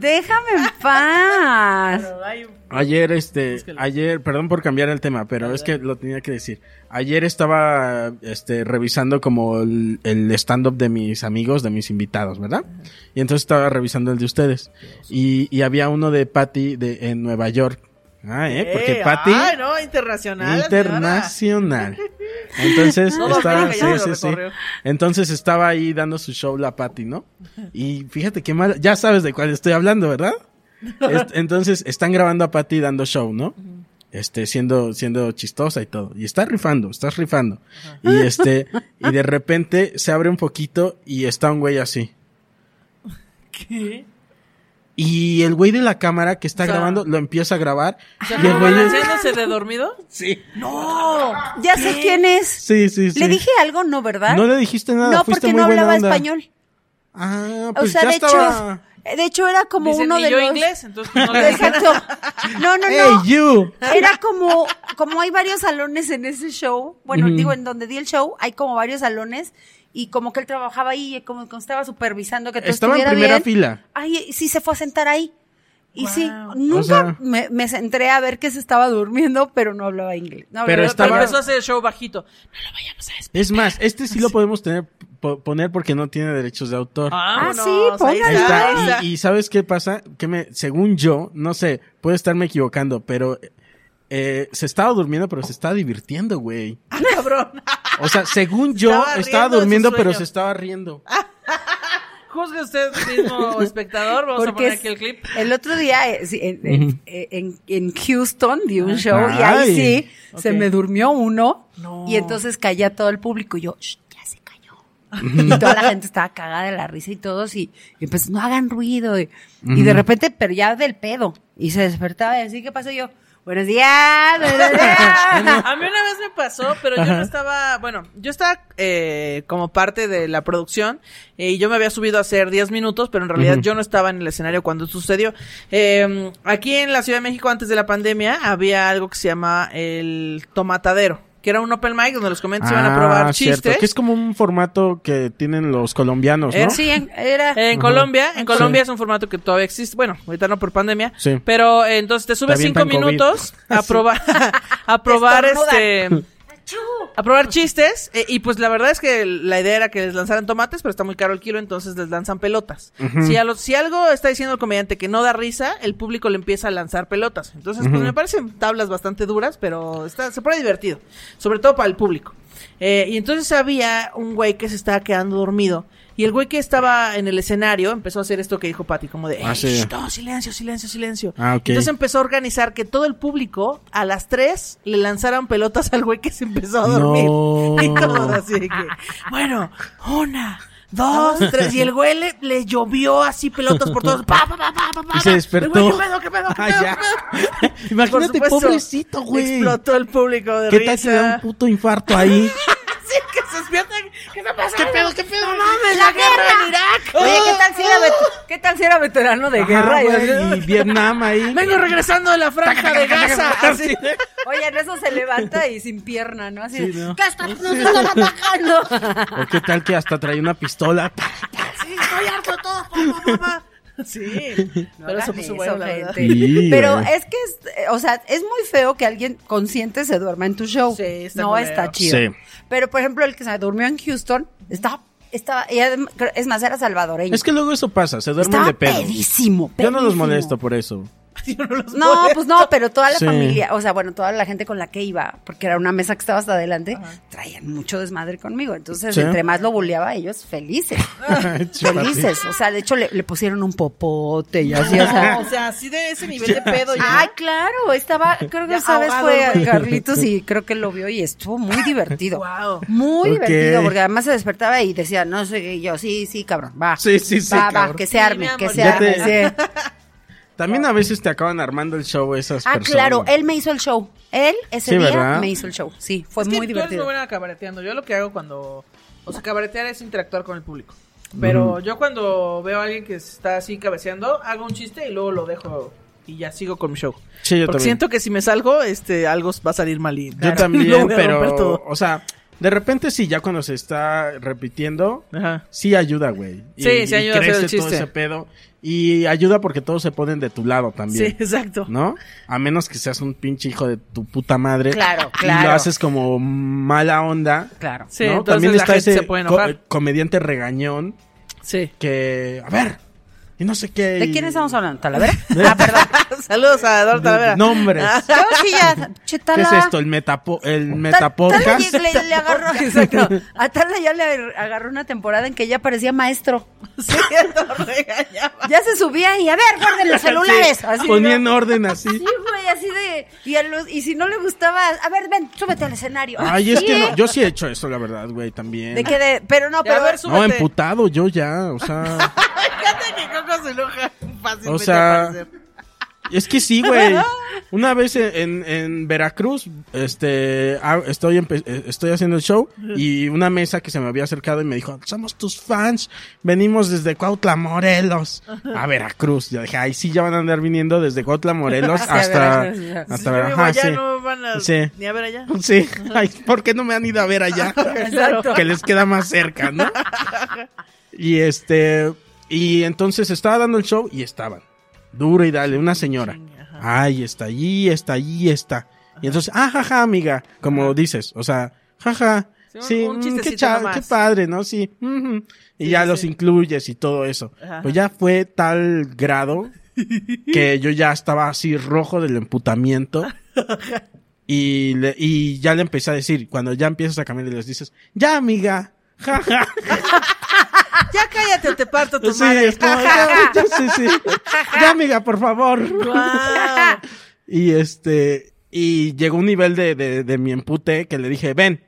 D: Déjame en paz.
C: Ay,
B: Ayer, este, ayer, perdón por cambiar el tema, pero es que lo tenía que decir. Ayer estaba, este, revisando como el, el stand-up de mis amigos, de mis invitados, ¿verdad? Y entonces estaba revisando el de ustedes. Y, y había uno de Patty de, en Nueva York. Ah, ¿eh? Porque
C: eh,
B: Patty,
C: Ay, no, internacional. la señora.
B: internacional. Entonces
C: No, no,
B: estaba,
C: creo que
B: sí,
C: ya me lo
B: sí, sí.
C: recorrió.
B: Entonces estaba ahí dando su show la Patty, ¿no? Y fíjate qué mal, ya sabes de cuál estoy hablando, ¿verdad? Est- entonces, están grabando a Patty dando show, ¿no? Este, siendo, siendo chistosa y todo. Y está rifando, estás rifando. Y este, y de repente se abre un poquito y está un güey así.
C: ¿Qué?
B: Y el güey de la cámara que está
C: O sea-
B: grabando lo empieza a grabar.
C: O sea,
B: y el
C: ¿como
B: güey.
C: balanceándose de dormido?
B: Sí.
C: ¡No!
D: Ya sé quién es.
B: Sí, sí, sí.
D: Le dije algo, no, ¿verdad?
B: No le dijiste nada.
D: No,
B: fuiste
D: porque
B: muy
D: no
B: buena
D: hablaba
B: onda.
D: español.
B: Ah,
D: O
B: pues
D: sea,
B: ya
D: de
B: estaba.
D: hecho, de hecho era como
C: Dicen,
D: uno
C: "Ni
D: de
C: yo
D: los
C: inglés, entonces no le dije
D: Exacto. No, no, no.
B: Hey, you.
D: Era como, como hay varios salones en ese show, bueno,
B: Ujú.
D: digo, en donde di el show, hay como varios salones, y como que él trabajaba ahí, y como que estaba supervisando que todo
B: Estaba en primera
D: estuviera bien.
B: fila.
D: Ay, sí se fue a sentar ahí. Y sí,
C: Guau.
D: nunca
B: O sea-
D: me, me centré a ver que se estaba durmiendo, pero no hablaba inglés. No
B: Pero
D: hablaba-
B: estaba-
C: Empezó a hacer el show bajito.
B: Es más, este sí lo podemos tener, po- poner porque no tiene derechos de autor.
D: Ah,
C: Vámonos,
D: sí,
C: ahí
D: póngala.
B: Ahí
C: está,
B: está.
C: ahí está.
B: Y, y ¿sabes qué pasa? Que me, según yo, no sé, puedo estarme equivocando, pero eh, se estaba durmiendo, pero se estaba divirtiendo, güey.
C: Ah, cabrón.
B: O sea, según yo,
C: Estaba
B: estaba,
C: riendo de su
B: durmiendo, pero
C: sueño.
B: se estaba riendo.
D: Ah,
C: Juzgue usted mismo, espectador. Vamos a
D: Porque
C: poner
D: es-
C: aquí el clip.
D: El otro día eh, sí, en, en-
B: Ujú.
D: eh, en- en Houston di un show y ahí
B: Ay.
D: sí se
C: Ok.
D: me durmió uno
C: No.
D: y entonces caía todo el público y yo, "Shh, ya se cayó. Y toda la gente estaba cagada de la risa y todos y, y pues no hagan ruido. Y, y de repente, pero ya del pedo. Y se despertaba y así, ¿qué pasó? Y yo, buenos días, buenos días.
C: A mí una vez me pasó, pero yo no estaba, bueno, yo estaba eh, como parte de la producción eh, y yo me había subido a hacer 10 minutos, pero en realidad yo no estaba en el escenario cuando sucedió. Eh, aquí en la Ciudad de México, antes de la pandemia, había algo que se llama el tomatadero, que era un open mic donde los comediantes iban a probar
B: Ah, cierto,
C: chistes.
B: Que es como un formato que tienen los colombianos, ¿no?
C: Eh,
D: Sí, en- era...
C: En
B: Ajá.
C: Colombia, en
B: Sí.
C: Colombia es un formato que todavía existe, bueno, ahorita no por pandemia,
B: Sí.
C: pero eh, entonces te subes
B: Te
C: cinco
B: avientan COVID.
C: minutos a probar, a probar este, a probar chistes eh, y pues la verdad es que la idea era que les lanzaran tomates, pero está muy caro el kilo, entonces les lanzan pelotas. Si a los, si algo está diciendo el comediante que no da risa, el público le empieza a lanzar pelotas. Entonces, pues me parecen tablas bastante duras, pero está, se pone divertido, sobre todo para el público. Eh, y entonces había un güey que se estaba quedando dormido. Y el güey que estaba en el escenario empezó a hacer esto que dijo Patty, como de,
B: Ah,
C: "Ey,
B: sí.
C: shh, no, silencio, silencio, silencio.
B: Ah, ok.
C: Entonces empezó a organizar que todo el público a las 3 le lanzaran pelotas al güey que se empezó a dormir.
B: No.
C: Y todo así de que, bueno, una, dos, tres. Y el güey le, le llovió así pelotas por todos. Pa, pa, pa, pa, pa, pa.
B: Y se despertó.
C: El güey, ¿qué pedo, qué pedo, qué
B: Ah,
C: pedo,
B: ya.
C: qué pedo? Por
B: Imagínate,
C: supuesto,
B: pobrecito, güey.
C: Explotó el público de
B: ¿Qué
C: risa.
B: tal si le da un puto infarto ahí?
C: Sí, que se despiertan. ¿Qué está pasando?
D: ¡No mames, la guerra en Irak! Oye, ¿qué tal si era, vet- qué tal si era veterano de guerra?
B: Ajá, güey, y Vietnam ahí.
C: Vengo regresando de la franja de Gaza. Así.
D: Oye, en eso se levanta y sin pierna, ¿no? Así
B: Sí,
D: de,
B: ¿no?
D: ¿qué está- nos están atacando?
B: ¿O qué tal que hasta trae una pistola?
C: Sí, estoy harto de todo. pa, pa, pa, pa. Sí. Pero eso
D: Hagan
C: puso
D: eso,
C: bueno, la verdad.
D: gente.
B: Sí,
D: Pero
B: güey.
D: es que, es- eh, o sea, es muy feo que alguien consciente se duerma en tu show.
C: Sí, está
D: no
C: culero.
D: está chido.
B: Sí.
D: Pero, por ejemplo, el que se durmió en Houston, estaba, estaba, y adem- creo- es más, era salvadoreño.
B: Es que luego eso pasa, se duermen
D: estaba
B: de pedo.
D: pedísimo,
B: Yo no los
D: pedísimo.
B: molesto por eso.
D: No, pues no, pero toda la
B: Sí.
D: familia, o sea, bueno, toda la gente con la que iba, porque era una mesa que estaba hasta adelante, traían mucho desmadre conmigo. Entonces,
B: Sí.
D: entre más lo boleaba, ellos felices.
C: Ah,
B: Chupapi.
D: felices. O sea, de hecho, le, le pusieron un popote y así, o sea.
C: No, o sea, así de ese nivel de pedo ya.
D: Ay, Ah, claro, estaba, creo que
C: Ya
D: sabes,
C: ahogado,
D: fue
C: güey.
D: Carlitos y creo que lo vio y estuvo muy divertido.
C: Guau.
D: Muy
B: Ok.
D: divertido, porque además se despertaba y decía, no sé, qué, y yo, sí, sí, cabrón, va.
B: Sí, sí, sí,
D: Va, va,
B: cabrón.
D: que se
C: Sí,
D: arme,
C: mi
D: que
C: amor,
D: se
B: ya
D: arme.
B: te-
D: sí.
B: También a veces te acaban armando el show esas
D: Ah,
B: personas.
D: claro, él me hizo el show. Él, ese
B: Sí,
D: día,
B: ¿verdad?
D: me hizo el show. Sí, fue
C: Es que
D: muy
C: tú eres muy
D: divertido.
C: buena cabareteando. Yo lo que hago cuando. O sea, cabaretear es interactuar con el público. Pero yo cuando veo a alguien que está así cabeceando, hago un chiste y luego lo dejo y ya sigo con mi show.
B: Sí, yo
C: Porque
B: también.
C: siento que si me salgo, este, algo va a salir mal y
B: Yo
C: lo
B: también,
C: voy a romper
B: pero...
C: todo.
B: O sea, de repente sí, ya cuando se está repitiendo,
C: Ajá.
B: sí ayuda, güey. Y-
C: Sí, sí
B: y
C: ayuda a hacer el
B: crece todo
C: chiste.
B: ese pedo. Y ayuda porque todos se ponen de tu lado
C: Sí,
B: también.
C: exacto.
B: ¿No? A menos que seas un pinche hijo de tu puta madre.
D: Claro,
B: Y
D: claro.
B: lo haces como mala onda.
D: Claro.
C: Sí,
B: ¿no?
C: entonces
B: También
C: la
B: está
C: gente
B: ese
C: se puede
B: co-
C: enojar.
B: comediante regañón
C: Sí.
B: que, a ver, Y no sé qué.
D: ¿De
B: y-
D: quién estamos hablando? ¿Talavera? Ah, perdón.
C: Saludos a Dor Talavera.
B: Nombres.
D: Yo sí ya.
B: ¿Qué
D: che,
B: es
D: Tala.
B: esto? ¿El, metapo el
D: Ta- Tala
B: metapodcast?
D: ya le, le agarró, exacto. A Tala ya le agarró una temporada en que ya parecía maestro.
C: Sí, nos regañaba.
D: Ya se subía y a ver, guarden los celulares.
B: Sí,
D: Así,
B: ponía
D: ¿no?
B: en orden así.
D: Sí, güey, así de. Y, a los- y si no le gustaba, a ver, ven, súbete al escenario.
B: Ay, es
D: Sí,
B: que
D: ¿eh?
B: no, yo sí he hecho eso, la verdad, güey, también.
D: De que de- pero no,
C: Ya,
D: pero
C: a ver,
B: No,
C: súbete.
B: emputado yo ya, o sea.
C: Me encanta que Coco se enoja fácilmente.
B: O sea,
C: al parecer.
B: Es que sí, güey. Una vez en, en Veracruz, este, ah, estoy, empe- eh, estoy haciendo el show y una mesa que se me había acercado y me dijo, somos tus fans, venimos desde Cuautla, Morelos, a Veracruz. Yo dije, ay, sí, ya van a andar viniendo desde Cuautla, Morelos
D: Hacia
B: hasta...
D: Veracruz, ya.
B: hasta
C: Si yo
B: Veracruz.
C: vivo
B: Ajá,
C: allá,
B: sí.
C: no me van a
B: Sí.
C: ni a ver allá.
B: Sí, ay, ¿por qué no me han ido a ver allá?
D: Exacto.
B: Que les queda más cerca, ¿no? Y este, y entonces estaba dando el show y estaban. Duro y dale, una señora. Ay, está allí, está allí, está. Y entonces, ah, jaja, amiga, como dices, o sea, jaja.
C: Sí,
B: Sí,
C: un- un
B: mm, qué,
C: chistecito
B: cha-
C: nomás.
B: qué padre, ¿no? Sí. ujú. Y ya los incluyes y todo eso.
C: Ajá.
B: Pues ya fue tal grado que yo ya estaba así rojo del emputamiento. Y, le- y ya le empecé a decir, cuando ya empiezas a cambiar y les dices, ya amiga, jaja.
C: Ya cállate o te parto tu
B: Sí,
C: madre.
B: es como, ya, ya, sí, sí. Ya amiga, por favor.
C: Guau.
B: Y este, y llegó un nivel de, de, de mi empute que le dije, ven.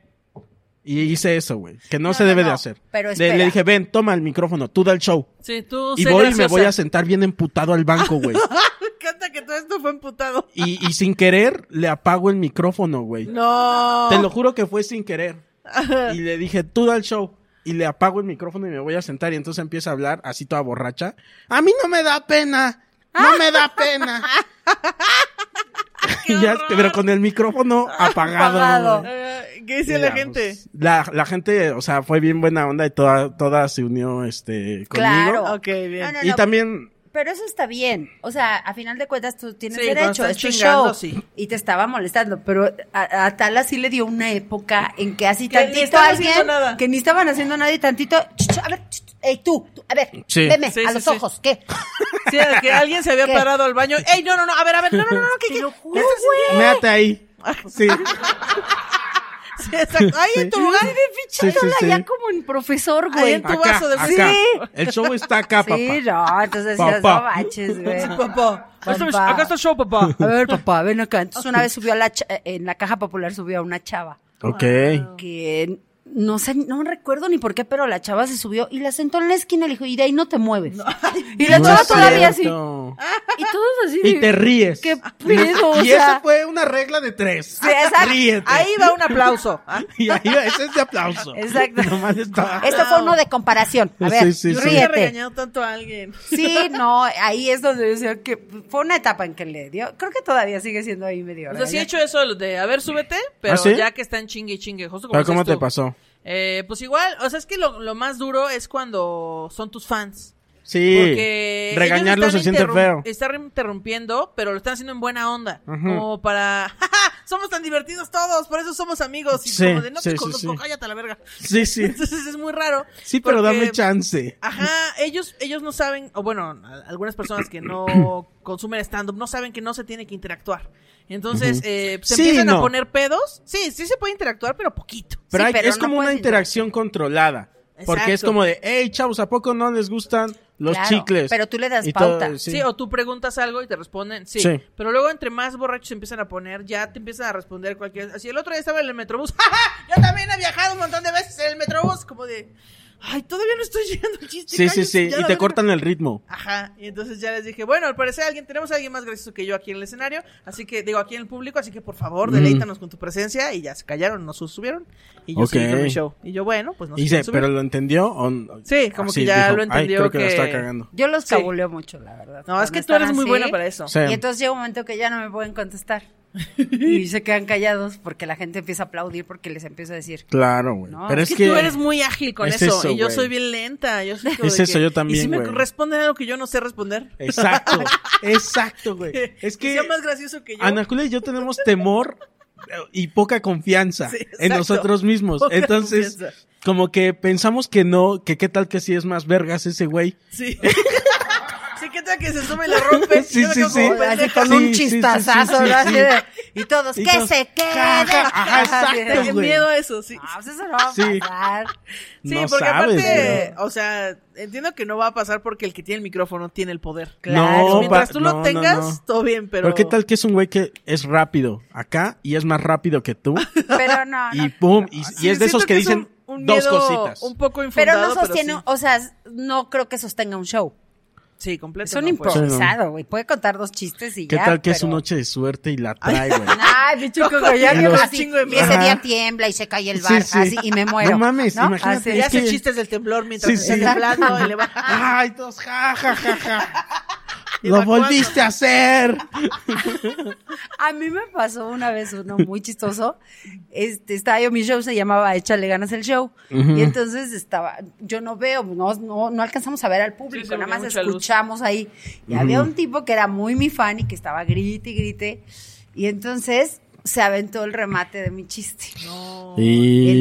B: Y hice eso, güey, que no,
D: No,
B: se
D: no,
B: debe de
D: no,
B: hacer.
D: pero
B: Le-
D: espera.
B: le dije, ven, toma el micrófono, tú da el show.
C: Sí, tú
B: Y
C: sé
B: voy y me
C: graciosa.
B: voy a sentar bien emputado al banco, güey.
C: Me encanta que todo esto fue emputado.
B: Y, y sin querer, le apago el micrófono, güey.
C: No.
B: Te lo juro que fue sin querer. Y le dije, tú da el show. Y le apago el micrófono y me voy a sentar. Y entonces empieza a hablar así toda borracha. A mí no me da pena. No me da pena. Y ya, pero con el micrófono apagado.
D: Apagado.
B: güey.
C: Eh, ¿Qué dice
B: Y
C: la
B: ya,
C: gente?
B: pues, la, la gente, o sea, fue bien buena onda y toda, toda se unió este, conmigo.
D: Claro.
C: Ok, bien.
D: No, no,
B: Y
D: no,
B: también,
D: Pero eso está bien. O sea, a final de cuentas tú tienes
C: Sí, cuando
D: derecho a
C: estás
D: este
C: chingando,
D: show.
C: sí.
D: Y te estaba molestando. Pero a, a Tala sí le dio una época en que así
C: Que ni
D: tantito
C: estaban
D: alguien
C: haciendo nada.
D: que ni estaban haciendo nada y tantito. "Ch, ch, A ver, ch, ch, ey, tú, tú, a ver,
B: Sí.
D: veme
C: Sí,
D: a
C: sí,
D: los
C: sí.
D: ojos, ¿qué?
C: Sí, de que alguien se había
D: ¿Qué?
C: parado al baño. ¡Ey, no, no, no! A ver, a ver, no, no, no, no, ¿qué,
D: Te
C: qué?
D: lo
C: ¿Qué
D: juro,
C: estás
B: méate ahí. Sí.
C: haciendo? Sí, exacto. Ahí en tu lugar.
B: Sí, sí,
D: Tala
B: sí.
D: ya como en profesor,
C: Ahí
D: güey.
C: en tu vaso de
B: acá.
D: Sí.
B: El show está acá, papá.
D: Sí, no, entonces
B: Papá.
D: ya no manches, güey.
C: Papá, esto es-
D: Papá.
C: acá está el show, papá.
D: A ver, papá, ven acá. Entonces una vez subió a la cha- eh, en la caja popular subió a una chava
B: Ok.
D: que no sé, no recuerdo ni por qué, pero la chava se subió y la sentó en la esquina y le dijo, y de ahí no te mueves. y la
B: No
D: chava
B: es
D: todavía
B: cierto.
D: así. Y todos así.
B: Y
D: de-
B: te ríes.
D: ¿Qué pedo? O
B: Y
D: sea,
B: esa fue una regla de tres.
D: Sí, esa-
B: Ríete.
C: Ahí va un aplauso. Ah,
B: Y ahí va, ese es de aplauso.
D: Exacto.
B: Nomás estaba-
D: Esto fue uno de comparación. A ver,
B: Sí, sí,
D: y
B: sí.
C: Yo nunca he
D: ríete.
C: regañado tanto a alguien.
D: Sí, no, ahí es donde yo decía que fue una etapa en que le dio. Creo que todavía sigue siendo ahí medio.
C: O sea, sí he
D: regaña.
C: hecho eso de, a ver, súbete, pero
B: ¿Ah, sí?
C: ya que están chingue y chingue, justo como
B: ¿Pero cómo
C: dices
B: te
C: tú.
B: pasó?
C: Eh, pues igual, o sea, es que lo, lo más duro es cuando son tus fans.
B: Sí.
C: Porque
B: Regañarlo
C: ellos
B: se
C: están
B: siente
C: interrum-
B: feo.
C: Están interrumpiendo, pero lo están haciendo en buena onda.
B: Ujú.
C: Como para, "Ja, ja, somos tan divertidos todos, por eso somos amigos. Y
B: Sí,
C: como de, no
B: sí,
C: te
B: sí,
C: conozco,
B: sí.
C: cállate a la verga.
B: Sí, sí.
C: Entonces es muy raro.
B: Sí, pero
C: porque-
B: dame chance.
C: Ajá, ellos, ellos no saben, o bueno, a- algunas personas que no consumen stand-up no saben que no se tiene que interactuar. Entonces, eh, se
B: Sí,
C: empiezan a
B: no.
C: poner pedos. Sí, sí se puede interactuar, pero poquito.
B: Pero,
D: Sí,
B: hay-
D: pero
B: es
D: no
B: como una
D: puedes
B: interacción controlada. Porque es
C: Exacto.
B: como de, hey, chavos, ¿a poco no les gustan los
D: Claro,
B: chicles?
D: pero tú le das
B: Y todo,
D: pauta.
C: Sí.
B: sí.
C: o tú preguntas algo y te responden, sí.
B: Sí.
C: Pero luego entre más borrachos se empiezan a poner, ya te empiezan a responder cualquier... Así el otro día estaba en el Metrobús, ¡Ja, ja! Yo también he viajado un montón de veces en el Metrobús, como de... Ay, todavía no estoy llegando al chiste.
B: sí, sí,
C: cállense,
B: sí. Y
C: ya la
B: te
C: verga".
B: cortan el ritmo.
C: Ajá, y entonces ya les dije, bueno, al parecer alguien, tenemos a alguien más gracioso que yo aquí en el escenario, así que, digo, aquí en el público, así que por favor,
B: Mm.
C: deleítanos con tu presencia, y ya se callaron, no se subieron, y yo
B: Ok.
C: seguí con mi show. Y yo, bueno, pues no se
B: Y dice,
C: quieren subir.
B: ¿pero lo entendió? o no?
C: Sí, como
B: Así
C: que ya
B: dijo,
C: lo
B: Ay,
C: entendió
B: creo que,
C: que-
B: la está cagando.
D: Yo los
C: Sí.
D: cabuleo mucho, la verdad.
C: No, es
D: Cuando
C: que tú
D: Pues están
C: eres muy
D: así,
C: buena para eso.
B: Sí.
D: Y entonces llega un momento que ya no me pueden contestar. y se quedan callados porque la gente empieza a aplaudir porque les empiezo a decir.
B: Claro, güey.
D: No,
B: pero
C: Es,
B: es,
C: que, tú eres muy ágil con
B: es
C: eso,
B: eso,
C: y yo
B: güey.
C: soy bien lenta. Yo soy como
B: Es
C: de
B: eso, yo
C: y si
B: también,
C: me
B: güey. Eh.
C: responden algo que yo no sé responder,
B: Exacto, exacto, güey. Es
C: que
B: que
C: sea más gracioso que yo.
B: Ana Julia y yo tenemos temor eh, y poca confianza
C: Sí,
B: en
C: exacto.
B: nosotros mismos.
C: Poca
B: Entonces,
C: confianza.
B: como que pensamos que no, que qué tal que sí es más vergas ese güey.
C: Sí. esa que se sube y la rompe.
B: Sí,
C: Yo me
B: sí,
C: quedo
B: sí.
C: como
D: Así
C: pendeja.
D: con
B: Sí,
D: un
B: sí, sí,
D: chistazazo,
B: sí, sí,
D: ¿no? Así
B: sí.
D: de- Y todos,
B: Y
D: que
B: todos,
D: se quede.
B: Ajá, exacto,
C: Qué
B: güey.
C: miedo eso, sí.
D: No, pues eso no va a
B: Sí.
D: pasar.
C: Sí,
B: no
C: porque
B: sabes,
C: aparte, oh,
B: pero-
C: o sea, entiendo que no va a pasar porque el que tiene el micrófono tiene el poder.
D: Claro.
B: No,
C: Mientras
B: pa-
C: tú
B: no,
C: lo
B: no,
C: tengas,
B: no.
C: todo bien, pero...
B: Pero... qué tal que es un güey que es rápido acá y es más rápido que tú
D: Pero no, no.
B: y pum, y, y
C: Sí,
B: es de esos
C: Ah, siento
B: que dicen
C: es un- un
B: dos
C: miedo
B: cositas.
C: Un poco
D: Pero
C: infundado,
D: no sostiene,
C: sí.
D: o sea, no creo que sostenga un show.
C: Sí, completo.
D: Es un
C: no, pues.
D: improvisado, güey. Puede contar dos chistes y
B: ¿Qué
D: ya.
B: tal que es
D: pero-
B: una noche de suerte y la trae, güey?
D: Ay, bicho,
C: Coco,
D: Coco, ya
C: y
D: que
B: los-
D: así,
C: chingo de
D: Y ese
B: mierda.
D: día
B: Ajá.
D: tiembla y se cae el
B: Sí,
D: bar
B: sí.
D: así y me muero.
B: No mames, imagínate,
D: Así.
C: Y
B: es
C: hace
B: que-
C: chistes del temblor mientras
B: Sí,
C: está
B: sí.
C: temblando y le va...
B: Ay, todos ja ja ja ja.
C: ¿Y
B: Lo
C: pa' cuándo?
B: volviste a hacer.
D: A mí me pasó una vez uno muy chistoso. Este, estaba yo, mi show se llamaba Échale ganas el show.
B: Ujú.
D: Y entonces estaba, yo no veo, no, no, no alcanzamos a ver al público,
C: Sí, se
D: nada
C: veía
D: más
C: mucha luz.
D: escuchamos ahí. Y había un tipo que era muy mi fan y que estaba grite y grite. Y entonces se aventó el remate de mi chiste.
C: No,
D: El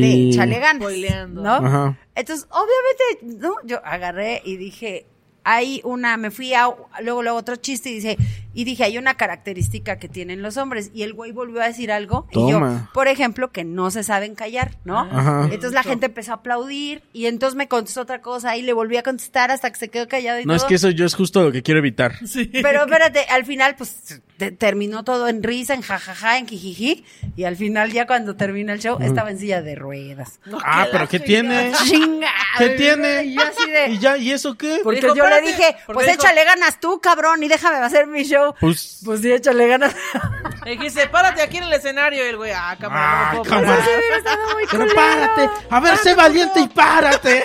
D: de
B: Y...
D: Échale ganas.
C: Spoileando.
D: ¿No?
B: Ajá.
D: Entonces, obviamente, ¿no? Yo agarré y dije, hay una, me fui a, luego, luego otro chiste y dice, y dije, hay una característica que tienen los hombres. Y el güey volvió a decir algo. Y
B: Toma.
D: yo, por ejemplo, que no se saben callar, ¿no?
B: Ajá.
D: Entonces la gente empezó a aplaudir y entonces me contestó otra cosa y le volví a contestar hasta que se quedó callado y
B: No es
D: todo.
B: que eso yo es justo lo que quiero evitar.
D: Pero espérate, al final, pues, te- terminó todo en risa, en jajaja, en jijiji. Y al final, ya cuando termina el show, estaba en silla de ruedas.
B: ah, pero ¿qué tiene?
D: ¡Chinga!
B: ¿Qué tiene?
D: Y yo así de...
B: ¿Y ya? ¿Y eso qué?
D: Porque
C: Dijo,
D: yo le
C: "Espérate",
D: dije,
C: porque
D: pues
C: dijo-
D: échale ganas tú, cabrón, y déjame hacer mi show.
B: Pues,
D: Pues sí, échale ganas.
C: Le dijiste, párate aquí en el escenario. Y el güey, ah, cámara,
B: Ah,
C: no puedo
B: cámara.
C: parar".
D: Sí, hubiera estado muy
B: pero
D: culero.
B: párate. A ver, sé valiente y párate.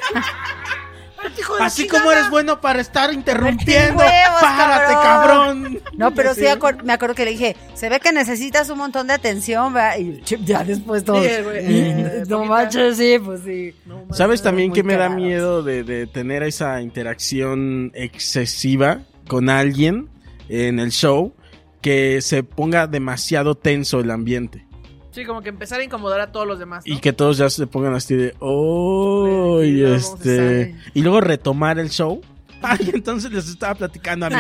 C: Hijo de la
B: Así
C: chingada.
B: como eres bueno para estar interrumpiendo,
D: Sin huevos,
B: párate,
D: cabrón.
B: cabrón.
D: No, pero sí,
B: Sí.
D: acuer- me acuerdo que le dije, se ve que necesitas un montón de atención, ¿verdad? Y yo, ya después todo.
C: Sí, güey,
D: y-
C: eh,
D: no
C: poquita.
D: manches, sí, pues sí.
B: ¿Sabes también
D: muy
B: que me da
D: cagados.
B: miedo de, de tener esa interacción excesiva con alguien en el show? Que se ponga demasiado tenso el ambiente.
C: Sí, como que empezar a incomodar a todos los demás. ¿no?
B: Y que todos ya se pongan así de, oh,
C: Sí,
B: y
C: luego
B: este...
D: se sale.
B: Y luego retomar el show. Ay, entonces les estaba platicando a mí.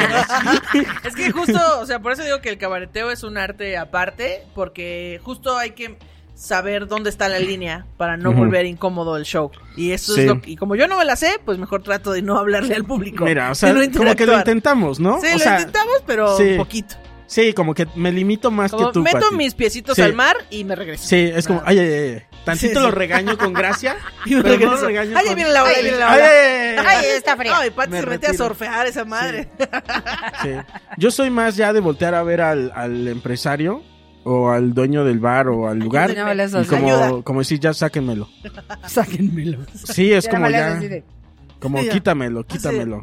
C: Es que justo, o sea, por eso digo que el cabareteo es un arte aparte, porque justo hay que saber dónde está la línea para no
B: Ujú.
C: volver incómodo el show. Y eso
B: Sí.
C: es lo y como yo no me la sé, pues mejor trato de no hablarle al público.
B: Mira, o sea,
C: de no
B: como que lo
C: interactuar.
B: intentamos, ¿no?
C: Sí,
B: o
C: lo
B: sea,
C: intentamos, pero
B: sí.
C: un poquito.
B: Sí, como que me limito más
C: Como
B: que tú.
C: meto
B: Pati.
C: mis piecitos
B: Sí.
C: al mar y me regreso.
B: Sí, es como,
C: Ah.
B: ay, ay, ay, ay. Tantito
C: Sí, sí.
B: lo regaño con gracia,
C: Y me
B: pero no
C: regreso.
B: lo regaño
C: Ay,
B: con...
C: ahí viene la ola, ahí viene la
B: Ay,
C: ola.
B: ay, ay, ay.
D: Ay, está frío.
C: Ay, Pati
B: Me
C: se mete a
B: retiro.
C: surfear esa madre.
B: Sí. Yo soy más ya de voltear a ver al, al empresario o al dueño del bar o al lugar.
D: Yo nada más le hago
B: Y
D: así.
B: como,
C: Ayuda.
B: como decir, ya sáquenmelo.
D: Sáquenmelo.
B: Sí, es
D: Yo
B: como
D: nada más le hago
B: ya.
D: así de,
B: Como
C: Sí, ya.
B: quítamelo,
C: Así.
B: quítamelo.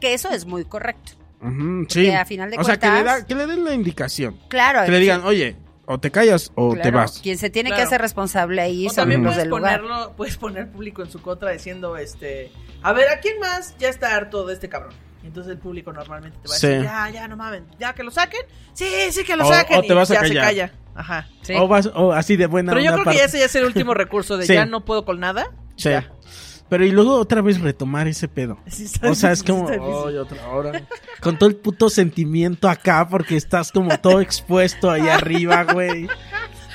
D: Que eso es muy correcto.
B: Ujú, sí.
D: a final de
B: o sea, que le,
D: cuentas-
B: da- que le den la indicación.
D: Claro.
B: Que le digan, oye, o te callas o
D: claro,
B: te vas.
D: Quien se tiene que
C: Claro.
D: hacer responsable ahí
C: O
D: son
C: también
D: los
C: puedes
D: del lugar.
C: ponerlo, puedes poner público en su contra diciendo, este, a ver, ¿a quién más ya está harto de este cabrón? Y Entonces el público normalmente te va a
B: Sí.
C: decir, ya, ya, no mamen, ya que lo saquen, sí, sí que lo
B: O-
C: saquen,
B: o te vas
C: y
B: a
C: ya se
B: callar.
C: calla. Ajá. Sí.
B: O vas, o así de buena
C: Pero yo
B: onda
C: creo
B: aparte.
C: que ya ese ya es el último recurso de
B: Sí.
C: ya no puedo con nada.
B: Sí. Pero y luego otra vez retomar ese pedo.
C: Sí está
B: O sea, es
C: difícil, sí
B: como, oh.
C: está difícil.
B: "Ay, otra hora. Con todo el puto sentimiento acá, porque estás como todo expuesto ahí arriba, güey.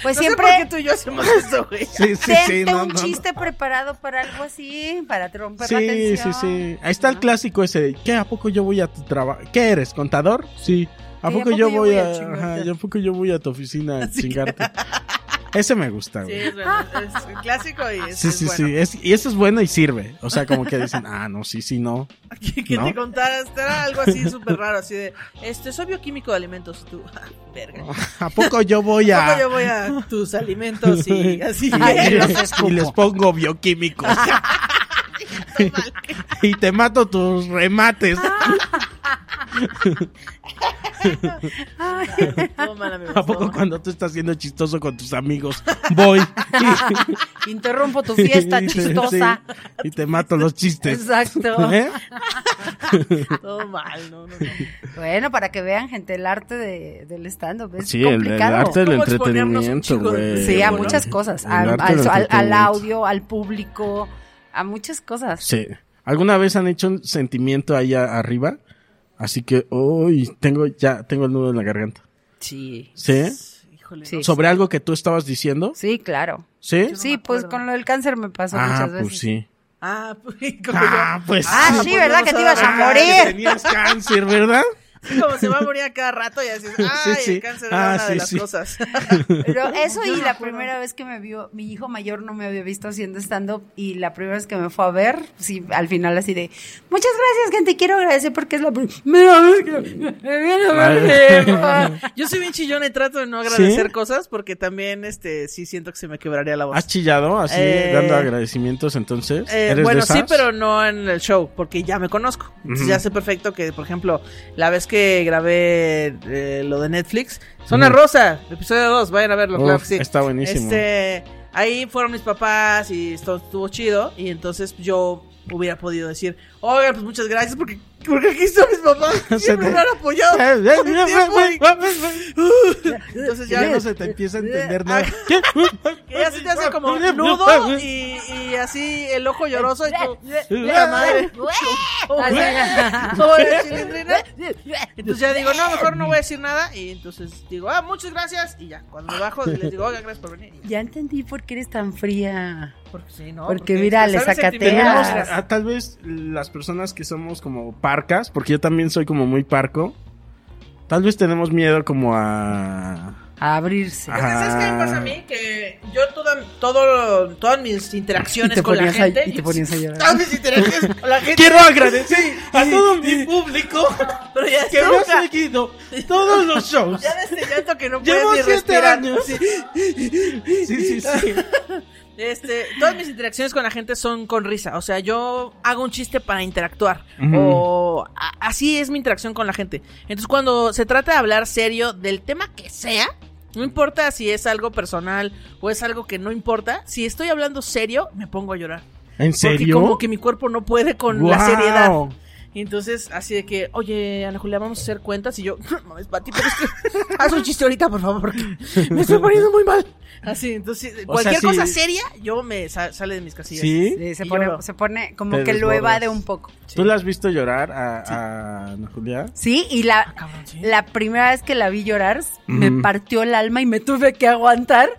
D: Pues
C: No sé
D: siempre
C: por qué tú y yo hacemos eso, güey.
B: Sí, sí,
D: tente
B: sí. no,
D: un
B: no, no.
D: chiste preparado para algo así, para romper la
B: Sí, sí,
D: atención.
B: sí. Ahí está el clásico ese. ¿Qué? ¿A poco yo voy a tu trabajo? ¿Qué eres? ¿Contador? Sí. ¿A
D: Sí,
B: poco yo voy a,
D: chingarte?
B: ajá, ¿y a poco yo voy a tu oficina a chingarte? Ese me gusta,
C: Sí,
B: güey.
C: es bueno, es clásico y es,
B: Sí,
C: es
B: sí,
C: bueno.
B: sí. Es- y eso es bueno y sirve. O sea, como que dicen, ah, no, sí, sí, no.
C: Que, que
B: ¿No?
C: te contaras, era algo así súper raro, así de, este, soy bioquímico de alimentos, y tú, ah, verga.
B: ¿A poco yo voy a.?
C: Luego yo voy a tus alimentos y así.
B: y,
D: los
B: y les pongo bioquímicos. y te mato tus remates.
D: Ah.
C: Todo mal, amigos,
B: ¿A
C: todo
B: poco
C: mal.
B: cuando tú estás siendo chistoso con tus amigos? Voy.
D: Interrumpo tu fiesta
B: Sí,
D: chistosa.
B: y te mato los chistes.
D: Exacto.
B: ¿Eh?
C: Todo mal, no, no, no.
D: Bueno, para que vean, gente, el arte de- del stand-up es
B: Sí, el, el
D: complicado.
B: arte del
C: ¿Cómo exponernos un
B: entretenimiento,
C: chingo de-
B: güey.
D: sí, a
C: bueno,
D: muchas
B: El
D: cosas. A-
B: arte
D: al,
B: del
D: al- al
B: entretenimiento.
D: audio, al público, a muchas cosas.
B: Sí. ¿Alguna vez han hecho un sentimiento ahí a- arriba? Así que, uy, tengo ya, tengo el nudo en la garganta.
C: Sí.
B: ¿Sí?
C: Híjole.
D: Sí.
B: ¿Sobre algo que tú estabas diciendo?
D: Sí, claro.
B: ¿Sí.
C: no
D: Sí,
C: me
D: pues
C: acuerdo.
D: con lo del cáncer me pasó
B: Ah,
D: muchas veces.
B: pues sí.
C: Ah, pues, como
B: Ah,
C: yo-
B: pues
D: Ah, sí, ¿verdad? Que te ibas a
B: Ah, que
D: morir.
B: Tenías cáncer, ¿verdad?
C: Como se va a morir a cada rato y dices,
B: Sí,
C: ay,
B: sí.
C: el cáncer
B: Ah,
C: era una
B: sí,
C: de las
B: sí.
C: cosas.
D: Pero eso y la primera vez que me vio, mi hijo mayor no me había visto haciendo stand-up y la primera vez que me fue a ver, sí, al final así de, muchas gracias, gente, quiero agradecer porque es la primera vez que me viene a ver".
C: Yo soy bien chillona y trato de no agradecer
B: ¿Sí?
C: cosas porque también, este, sí siento que se me quebraría la voz.
B: ¿Has chillado así,
C: Eh,
B: dando agradecimientos entonces?
C: Eh,
B: ¿Eres
C: bueno,
B: de esas?
C: sí, pero no en el show, porque ya me conozco. Entonces
B: Ujú.
C: ya sé perfecto que, por ejemplo, la vez que grabé eh, lo de Netflix, Zona
B: Ujú.
C: Rosa, episodio 2, vayan a verlo,
B: Uf,
C: claro que sí.
B: Está buenísimo.
C: Este, ahí fueron mis papás y esto estuvo chido. Y entonces yo hubiera podido decir, oigan, pues muchas gracias porque, porque aquí están mis papás. Siempre me han apoyado. todo el tiempo y- Entonces ya
B: ya no
C: nos
B: se te empieza a entender nada.
C: que ya se te hace como un nudo y, y así el ojo lloroso y tú, ¡la madre! Así, como la chilindrina. Entonces ya digo, no, mejor no voy a decir nada. Y entonces digo, ah, muchas gracias. Y ya, cuando me bajo, les digo, oiga, gracias por venir. Y
D: Ya entendí por qué eres tan fría.
C: Porque, pues, sí, ¿no?
D: Porque mira, le
C: expresar mis
D: sacateas.
C: sentimientos-
B: Tenemos, ah, tal vez las personas que somos como parcas, porque yo también soy como muy parco, tal vez tenemos miedo como a...
D: A abrirse.
B: Ah,
C: Es que, ¿Sabes qué me pasa a mí? Que yo toda, todo, todas mis interacciones
D: Y te
C: con la
D: ponías a-
C: gente.
D: y te ponías a llorar.
C: Todas mis interacciones con la gente.
B: Quiero agradecer a todo mi público
C: Pero ya
B: que me ha
C: nunca-
B: seguido todos los shows.
C: Ya de este llanto que no puedes
B: Llevo
C: ni
B: siete
C: respirar.
B: años.
C: Sí.
B: Sí, sí, sí.
C: Este, todas mis interacciones con la gente son con risa. O sea, yo hago un chiste para interactuar.
B: Ujú.
C: O a- así es mi interacción con la gente. Entonces, cuando se trata de hablar serio del tema que sea, no importa si es algo personal o es algo que no importa, si estoy hablando serio, me pongo a llorar.
B: ¿En
C: Porque
B: serio?
C: como que mi cuerpo no puede con la
B: Guau.
C: seriedad. Y entonces, así de que, oye, Ana Julia, vamos a hacer cuentas. Y yo, no mames, Pati, pero es que haz un chiste ahorita, por favor, porque me estoy poniendo muy mal. Así, entonces,
B: O
C: cualquier
B: sea, sí.
C: cosa seria, yo me sa- sale de mis casillas.
B: ¿Sí?
D: Sí, se,
C: Y
D: pone,
C: lloro.
D: se pone como
B: Te
D: que lo
B: desbordas.
D: evade un poco.
B: ¿Tú la has visto llorar a, a Ana Julia?
D: Sí, y la,
C: cabrón, sí.
D: la primera vez que la vi llorar,
B: Ujú.
D: me partió el alma y me tuve que aguantar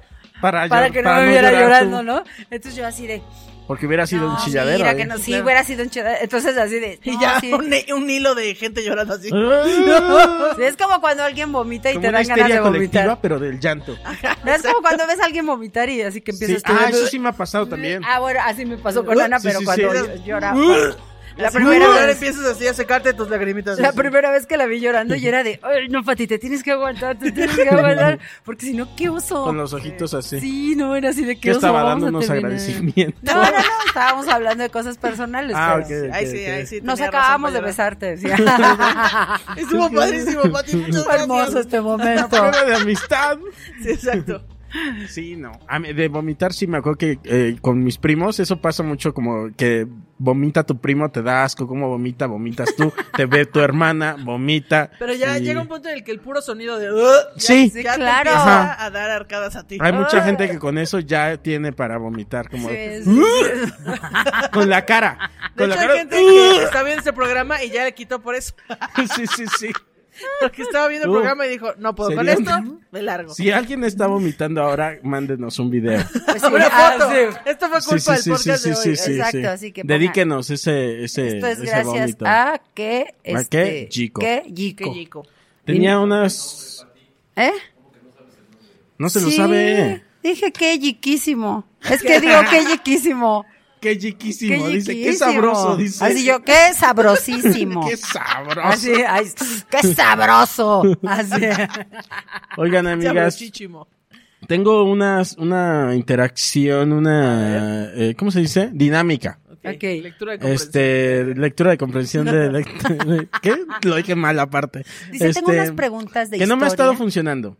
B: Para,
D: para
B: llor-
D: que no
B: para
D: me viera
B: llorar
D: llorando,
B: tú.
D: ¿no? Entonces yo así de...
B: Porque hubiera sido un
D: "No,
B: chilladero. ¿eh?
D: mira
B: ahí.
D: que no, sí, hubiera sido un chilladero. Entonces así de...
C: Y
D: "No,
C: ya
D: sí".
C: un, un hilo de gente llorando así.
D: Sí, Es como cuando alguien vomita y
B: Como
D: te
B: una
D: dan ganas de
B: histeria colectiva,
D: vomitar.
B: pero del llanto.
D: No, Es como cuando ves a alguien vomitar y así que
B: Sí.
D: empiezas tú-
B: Ah, eso sí me ha pasado también. Uh,
D: Ah, bueno, así me pasó con Ana,
B: Sí,
D: pero
B: sí,
D: cuando
B: sí.
D: yo- llora...
C: La
D: Así,
C: primera
D: "Uh".
C: vez empiezas así a secarte tus lagrimitas.
D: La
C: así.
D: primera vez que la vi llorando y era de, ay, no, Pati, te tienes que aguantar, te tienes que aguantar, porque si no, ¿qué oso?
B: Con los ojitos así.
D: Sí, no, era así de qué
B: que
D: oso,
B: estaba
D: vamos
B: dando
D: a
B: unos
D: terminar".
B: agradecimientos.
D: No, no, no, estábamos hablando de cosas personales.
B: Ah,
D: pero
B: ok, ok,
C: Ay, sí,
B: ok.
C: ay, sí.
D: Nos
C: tenía razón
D: acabamos de
C: para llorar.
D: besarte. decía.
C: Estuvo padrísimo, Pati. Muchas
D: Fue hermoso
C: gracias.
D: este momento.
B: Prueba de amistad.
C: Sí, exacto.
B: Sí, no. A mí, de vomitar sí me acuerdo que eh, con mis primos eso pasa mucho como que vomita tu primo, te da asco, como vomita, vomitas tú, te ve tu hermana, vomita.
C: Pero ya
B: y-
C: llega un punto en el que el puro sonido de. "Ugh", ya-
B: Sí.
C: ya
D: Sí,
C: te
D: claro.
C: empieza
B: Ajá.
C: a dar arcadas a ti.
B: Hay mucha gente que con eso ya tiene para vomitar, como "Uh", ¡Ah!
D: Sí, sí,
B: con la cara.
C: De
B: Con la
C: hecho, hay
B: cara. "Uh".
C: gente que está viendo este programa y ya le quitó por eso.
B: Sí, sí, sí.
C: Porque estaba viendo el
B: Uh,
C: programa y dijo, no puedo con
B: sería-
C: esto, me largo.
B: Si alguien está vomitando ahora, mándenos un video.
D: Pues sí,
C: Una
D: ah,
C: foto.
D: sí.
C: Esto fue
B: Sí, sí,
C: culpa
B: sí,
C: del
B: sí,
C: podcast
B: sí,
C: de
B: sí,
C: hoy.
B: sí,
D: Exacto,
B: sí.
D: así que pongan-
B: Dedíquenos ese, ese,
D: Esto es
B: ese
D: gracias
B: vómito.
D: a que.
B: ¿A qué?
D: este,
B: Yico.
D: Que Yico.
C: Qué chico.
B: Tenía unas...
D: ¿Eh?
B: No se lo
D: Sí,
B: sabe.
D: Dije que yiquísimo. Es que digo que yiquísimo.
B: Qué
D: Qué
B: chiquísimo,
D: yiquísimo.
B: dice. Qué sabroso, dice.
D: Así yo, qué sabrosísimo.
B: Qué sabroso.
D: Así, ay, qué sabroso. Así.
B: Oigan, amigas,
C: Sabrosísimo.
B: tengo unas, una interacción, una... eh, ¿Cómo se dice? Dinámica.
D: Ok.
C: Lectura de comprensión.
B: Este, lectura de comprensión de... lect- de- ¿Qué? Lo dije mal aparte.
D: Dice, tengo
B: Este,
D: unas preguntas de
B: Que no me ha
D: historia.
B: estado funcionando.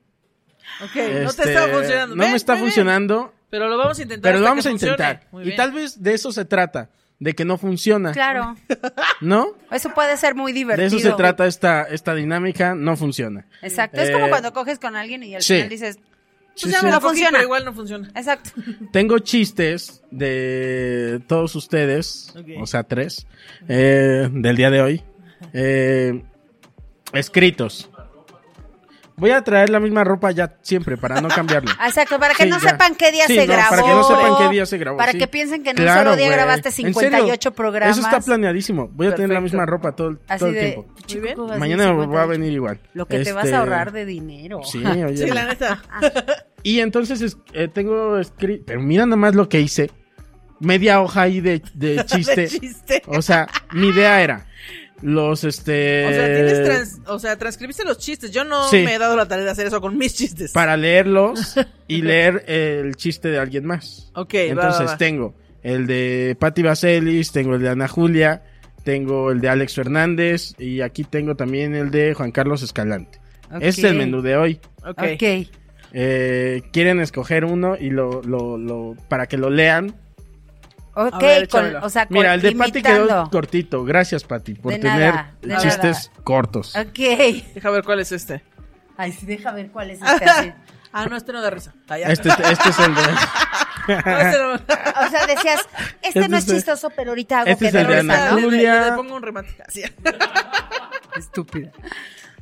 C: Ok, no te
B: Este,
C: está funcionando.
B: No
C: Ven,
B: me está
C: ven, ven.
B: funcionando,
C: Pero lo vamos a intentar.
B: pero lo
C: hasta
B: vamos
C: que
B: a
C: funcione.
B: intentar.
C: Muy
B: Y
C: bien.
B: tal vez de eso se trata, de que no funciona,
D: Claro.
B: ¿no?
D: Eso puede ser muy
B: De
D: divertido.
B: eso se trata esta, esta dinámica, no funciona.
C: Pues
D: Exacto. Es como
B: Eh,
D: cuando coges con alguien y al
B: sí.
D: final dices, pues
B: Sí,
D: ya
B: sí.
D: me
C: Lo
D: lo
C: cogí,
D: funciona.
C: Pero igual no funciona.
D: Exacto.
B: Tengo chistes de todos ustedes,
C: Ok.
B: o sea, tres, eh, del día de hoy. Eh, Escritos. Voy a traer la misma ropa ya siempre para no cambiarlo.
D: O sea, que para que
B: Sí,
D: no
B: ya.
D: sepan qué día
B: Sí,
D: se
B: no,
D: grabó.
B: Para que no sepan qué día se grabó.
D: Para
B: sí.
D: que piensen que en un
B: Claro,
D: solo día
B: güey.
D: grabaste
B: ¿En serio?
D: 58 programas.
B: Eso está planeadísimo. Voy a tener la
C: Perfecto.
B: misma ropa todo, el-
D: Así
B: todo el
D: de,
B: tiempo.
D: chico,
C: bien.
D: ¿cómo vas
B: Mañana
D: hacer
B: me va a
D: 58?
B: venir igual.
D: Lo que te vas
B: Este,
D: a ahorrar de dinero.
B: Sí, oye.
C: Sí, la neta.
B: Y entonces es- eh, tengo escrito. Pero mira nomás lo que hice. Media hoja ahí de, de chiste.
C: De chiste.
B: O sea, mi idea era. Los este.
C: O sea, tienes trans- o sea, transcribiste los chistes. Yo no
B: Sí.
C: me he dado la tarea de hacer eso con mis chistes.
B: Para leerlos y leer el chiste de alguien más.
C: Ok, va,
B: Entonces
C: va, va.
B: tengo el de Patti Vaselis, tengo el de Ana Julia, tengo el de Alex Fernández y aquí tengo también el de Juan Carlos Escalante.
D: Ok.
B: Este es el menú de hoy.
C: Ok.
D: Ok.
B: Eh, quieren escoger uno y lo, lo, lo- para que lo lean.
D: Ok,
C: A ver,
D: con-
C: échamelo.
D: o sea, con,
B: Mira, el de Patti quedó
D: imitando.
B: cortito. Gracias, Patti, por
D: De
B: tener
D: nada, de
B: chistes cortos.
D: Ok.
C: Deja ver cuál es este.
D: Ay, sí, deja ver cuál es este. así.
C: Ah, no, este no da risa. Ah, ya.
B: Este, este es el de,
C: No, este no.
D: O sea, decías, este,
B: Este
D: no es
B: es el-
D: chistoso, pero ahorita hago
B: este
D: que
B: es el
D: dé
B: de
D: risa,
B: Ana
D: ¿no?
C: Le- le-
B: Julia.
C: le pongo un remate. Así.
D: Estúpida.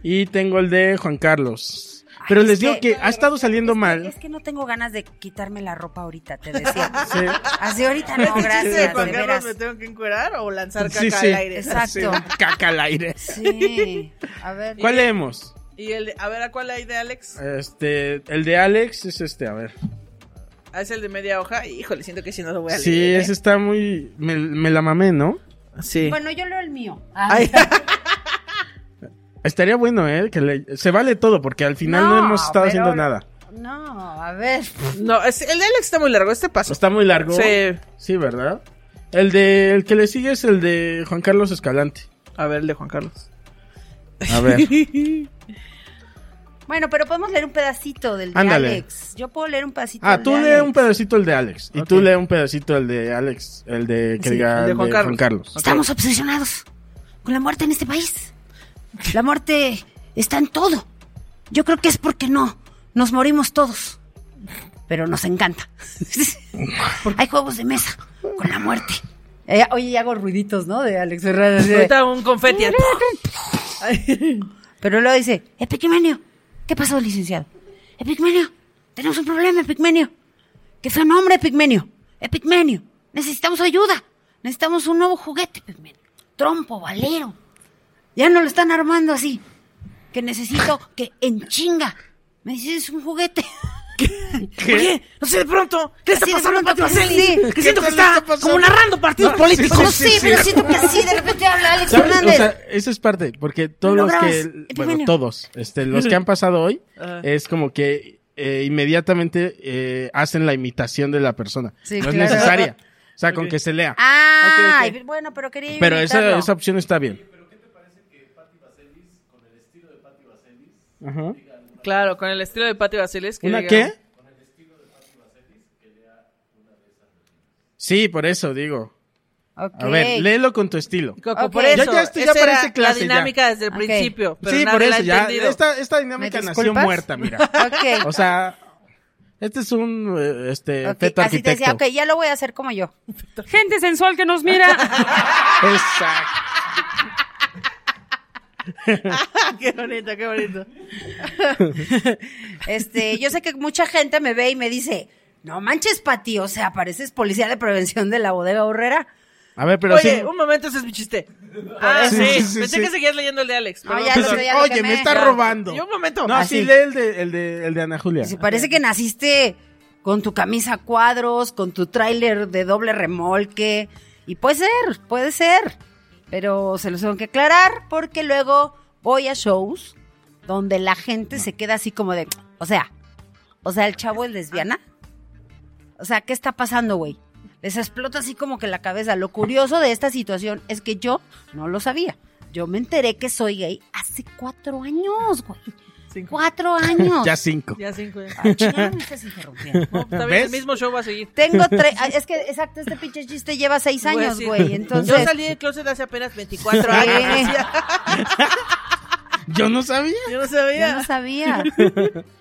B: y tengo el de Juan Carlos. Pero
D: Ay,
B: les
D: es
B: digo que,
D: que-
B: ha estado saliendo mal.
D: Es que no tengo ganas de quitarme la ropa ahorita, te decía.
B: Sí.
D: Así ahorita no,
C: ¿Chiste de
D: gracias,
C: Juan
D: de
C: Carlos,
D: veras.
C: me tengo que encuerar o lanzar caca
B: Sí, sí.
C: al aire?
D: Exacto.
B: Sí, caca al aire.
D: Sí. A ver.
B: ¿Cuál leemos?
C: Y el de- a ver, ¿a cuál hay de Alex?
B: Este, el de Alex es este, a ver.
C: Ah, es el de media hoja. Híjole, siento que si no lo voy a leer.
B: Sí,
C: ¿eh?
B: ese está muy. Me, me la mamé, ¿no?
C: Sí.
D: Bueno, yo leo el mío. Ah,
C: Ay.
B: Estaría bueno, ¿eh? Que le- se vale todo, porque al final no,
D: No,
B: hemos estado
D: pero-
B: haciendo nada.
D: No, a ver.
C: No, es- el de Alex está muy largo. Este paso.
B: Está muy largo.
C: Sí.
B: Sí, ¿verdad? El de. El que le sigue es el de Juan Carlos Escalante.
C: A ver, el de Juan Carlos.
B: A ver.
D: Bueno, pero podemos leer un pedacito del de
B: Ándale.
D: Alex. Yo puedo leer un pedacito
B: Ah,
D: del
B: tú
D: de
B: lee
D: Alex.
B: un pedacito el de Alex. Y tú
C: Ok.
B: lee un pedacito el de Alex. El de que
C: Sí,
B: diga
C: el de
B: el
C: Juan
B: de
C: Carlos.
B: Juan Carlos.
D: Estamos obsesionados con la muerte en este país. La muerte está en todo. Yo creo que es porque no. Nos morimos todos. Pero nos encanta. Hay juegos de mesa con la muerte. Eh, oye, y hago ruiditos, ¿no? De Alex Ferrara. así de-
C: Ahorita un confeti.
D: Pero luego dice, Epigmenio, ¿qué pasó, licenciado? Epigmenio, tenemos un problema, Epigmenio. ¿Qué fue nombre, Epigmenio? Epigmenio, necesitamos ayuda. Necesitamos un nuevo juguete, Epigmenio. Trompo, valero. Ya no lo están armando así. Que necesito que en chinga. Me dices un juguete.
C: ¿Qué? No sé, de pronto. ¿Qué le está
D: Así de
C: pasando a
D: pronto,
C: Pati
D: sí.
C: Vaseli?
D: ¿Qué
C: Que siento que está como narrando partidos
B: No,
C: políticos.
D: No
B: Sí,
D: sé,
B: sí,
D: pero
B: sí.
D: siento que así de repente habla Alex
B: ¿Sabes? O
D: Fernández.
B: sea, esa es parte, porque todos
D: Lo
B: los
D: grabas,
B: que, bueno,
D: Epifanio.
B: todos, este, los que han pasado hoy,
C: Ajá.
B: es como que eh, inmediatamente eh, hacen la imitación de la persona.
D: Sí,
B: no es
D: claro.
B: necesaria. O sea, con
C: Ok.
B: que se lea.
D: ah,
C: Ok, ok.
D: y- bueno, pero quería
B: Pero esa,
D: imitarlo.
B: esa opción está bien. Ajá.
C: Claro, con el estilo de Pati Vaselis. que
B: ¿Una
C: diga-
B: qué? Sí, por eso digo. A
D: Ok.
B: ver, léelo con tu estilo.
C: Coco,
D: Ok.
C: Por eso,
B: Ya- ya esto ya
C: esa
B: parece
C: era
B: clase,
C: la
B: ya.
C: dinámica desde el
D: Ah, Ok.
C: principio. Pero
B: sí,
C: nadie
B: por
C: la
B: eso
C: ha
B: ya.
C: entendido.
B: Esta, esta dinámica
D: ¿Me
B: nació
D: disculpas?
B: muerta, mira.
D: Ok.
B: O sea, este es un eh, este
D: Ok,
B: feto
D: Así te
B: arquitecto.
D: decía, ok, ya lo voy a hacer como yo.
E: Gente sensual que nos mira.
B: Exacto.
C: qué bonito, qué bonito.
D: Este, yo sé que mucha gente me ve y me dice, no manches, Pati, o sea, pareces policía de prevención de la bodega horrera.
B: A ver, pero
C: Oye,
B: sí.
C: un momento, ese es mi chiste. Ah,
B: eso.
C: sí.
B: Sí, sí, sí,
C: Pensé
B: sí.
C: que seguías leyendo el de Alex.
D: No,
C: perdón.
D: ya lo
B: Pues,
D: sé, ya lo
B: oye,
D: quemé.
B: me está
D: Ya.
B: robando.
C: Y un momento.
B: No,
D: Así.
B: sí, lee el de, el de, el de Ana Julia.
D: Dice, parece que naciste con tu camisa a cuadros, con tu tráiler de doble remolque. Y puede ser, puede ser. Pero se los tengo que aclarar porque luego voy a shows donde la gente se queda así como de, o sea, o sea, el chavo es lesbiana. O sea, ¿qué está pasando, güey? Les explota así como que la cabeza. Lo curioso de esta situación es que yo no lo sabía. Yo me enteré que soy gay hace cuatro años, güey.
C: Cinco.
D: Cuatro años.
B: Ya cinco.
C: Ya cinco. ya.
D: Ah, chingada, me estás interrumpiendo.
C: No, está bien,
B: ¿Ves?
C: el mismo show va a seguir.
D: Tengo tres. ah, Es que, exacto, este pinche chiste lleva seis
C: Güey,
D: años,
C: Pues sí.
D: güey. Entonces. eh.
C: Yo salí del closet hace apenas 24
D: Sí.
C: años. decía.
B: Yo no sabía.
C: Yo no
D: Yo no
C: sabía.
D: sabía.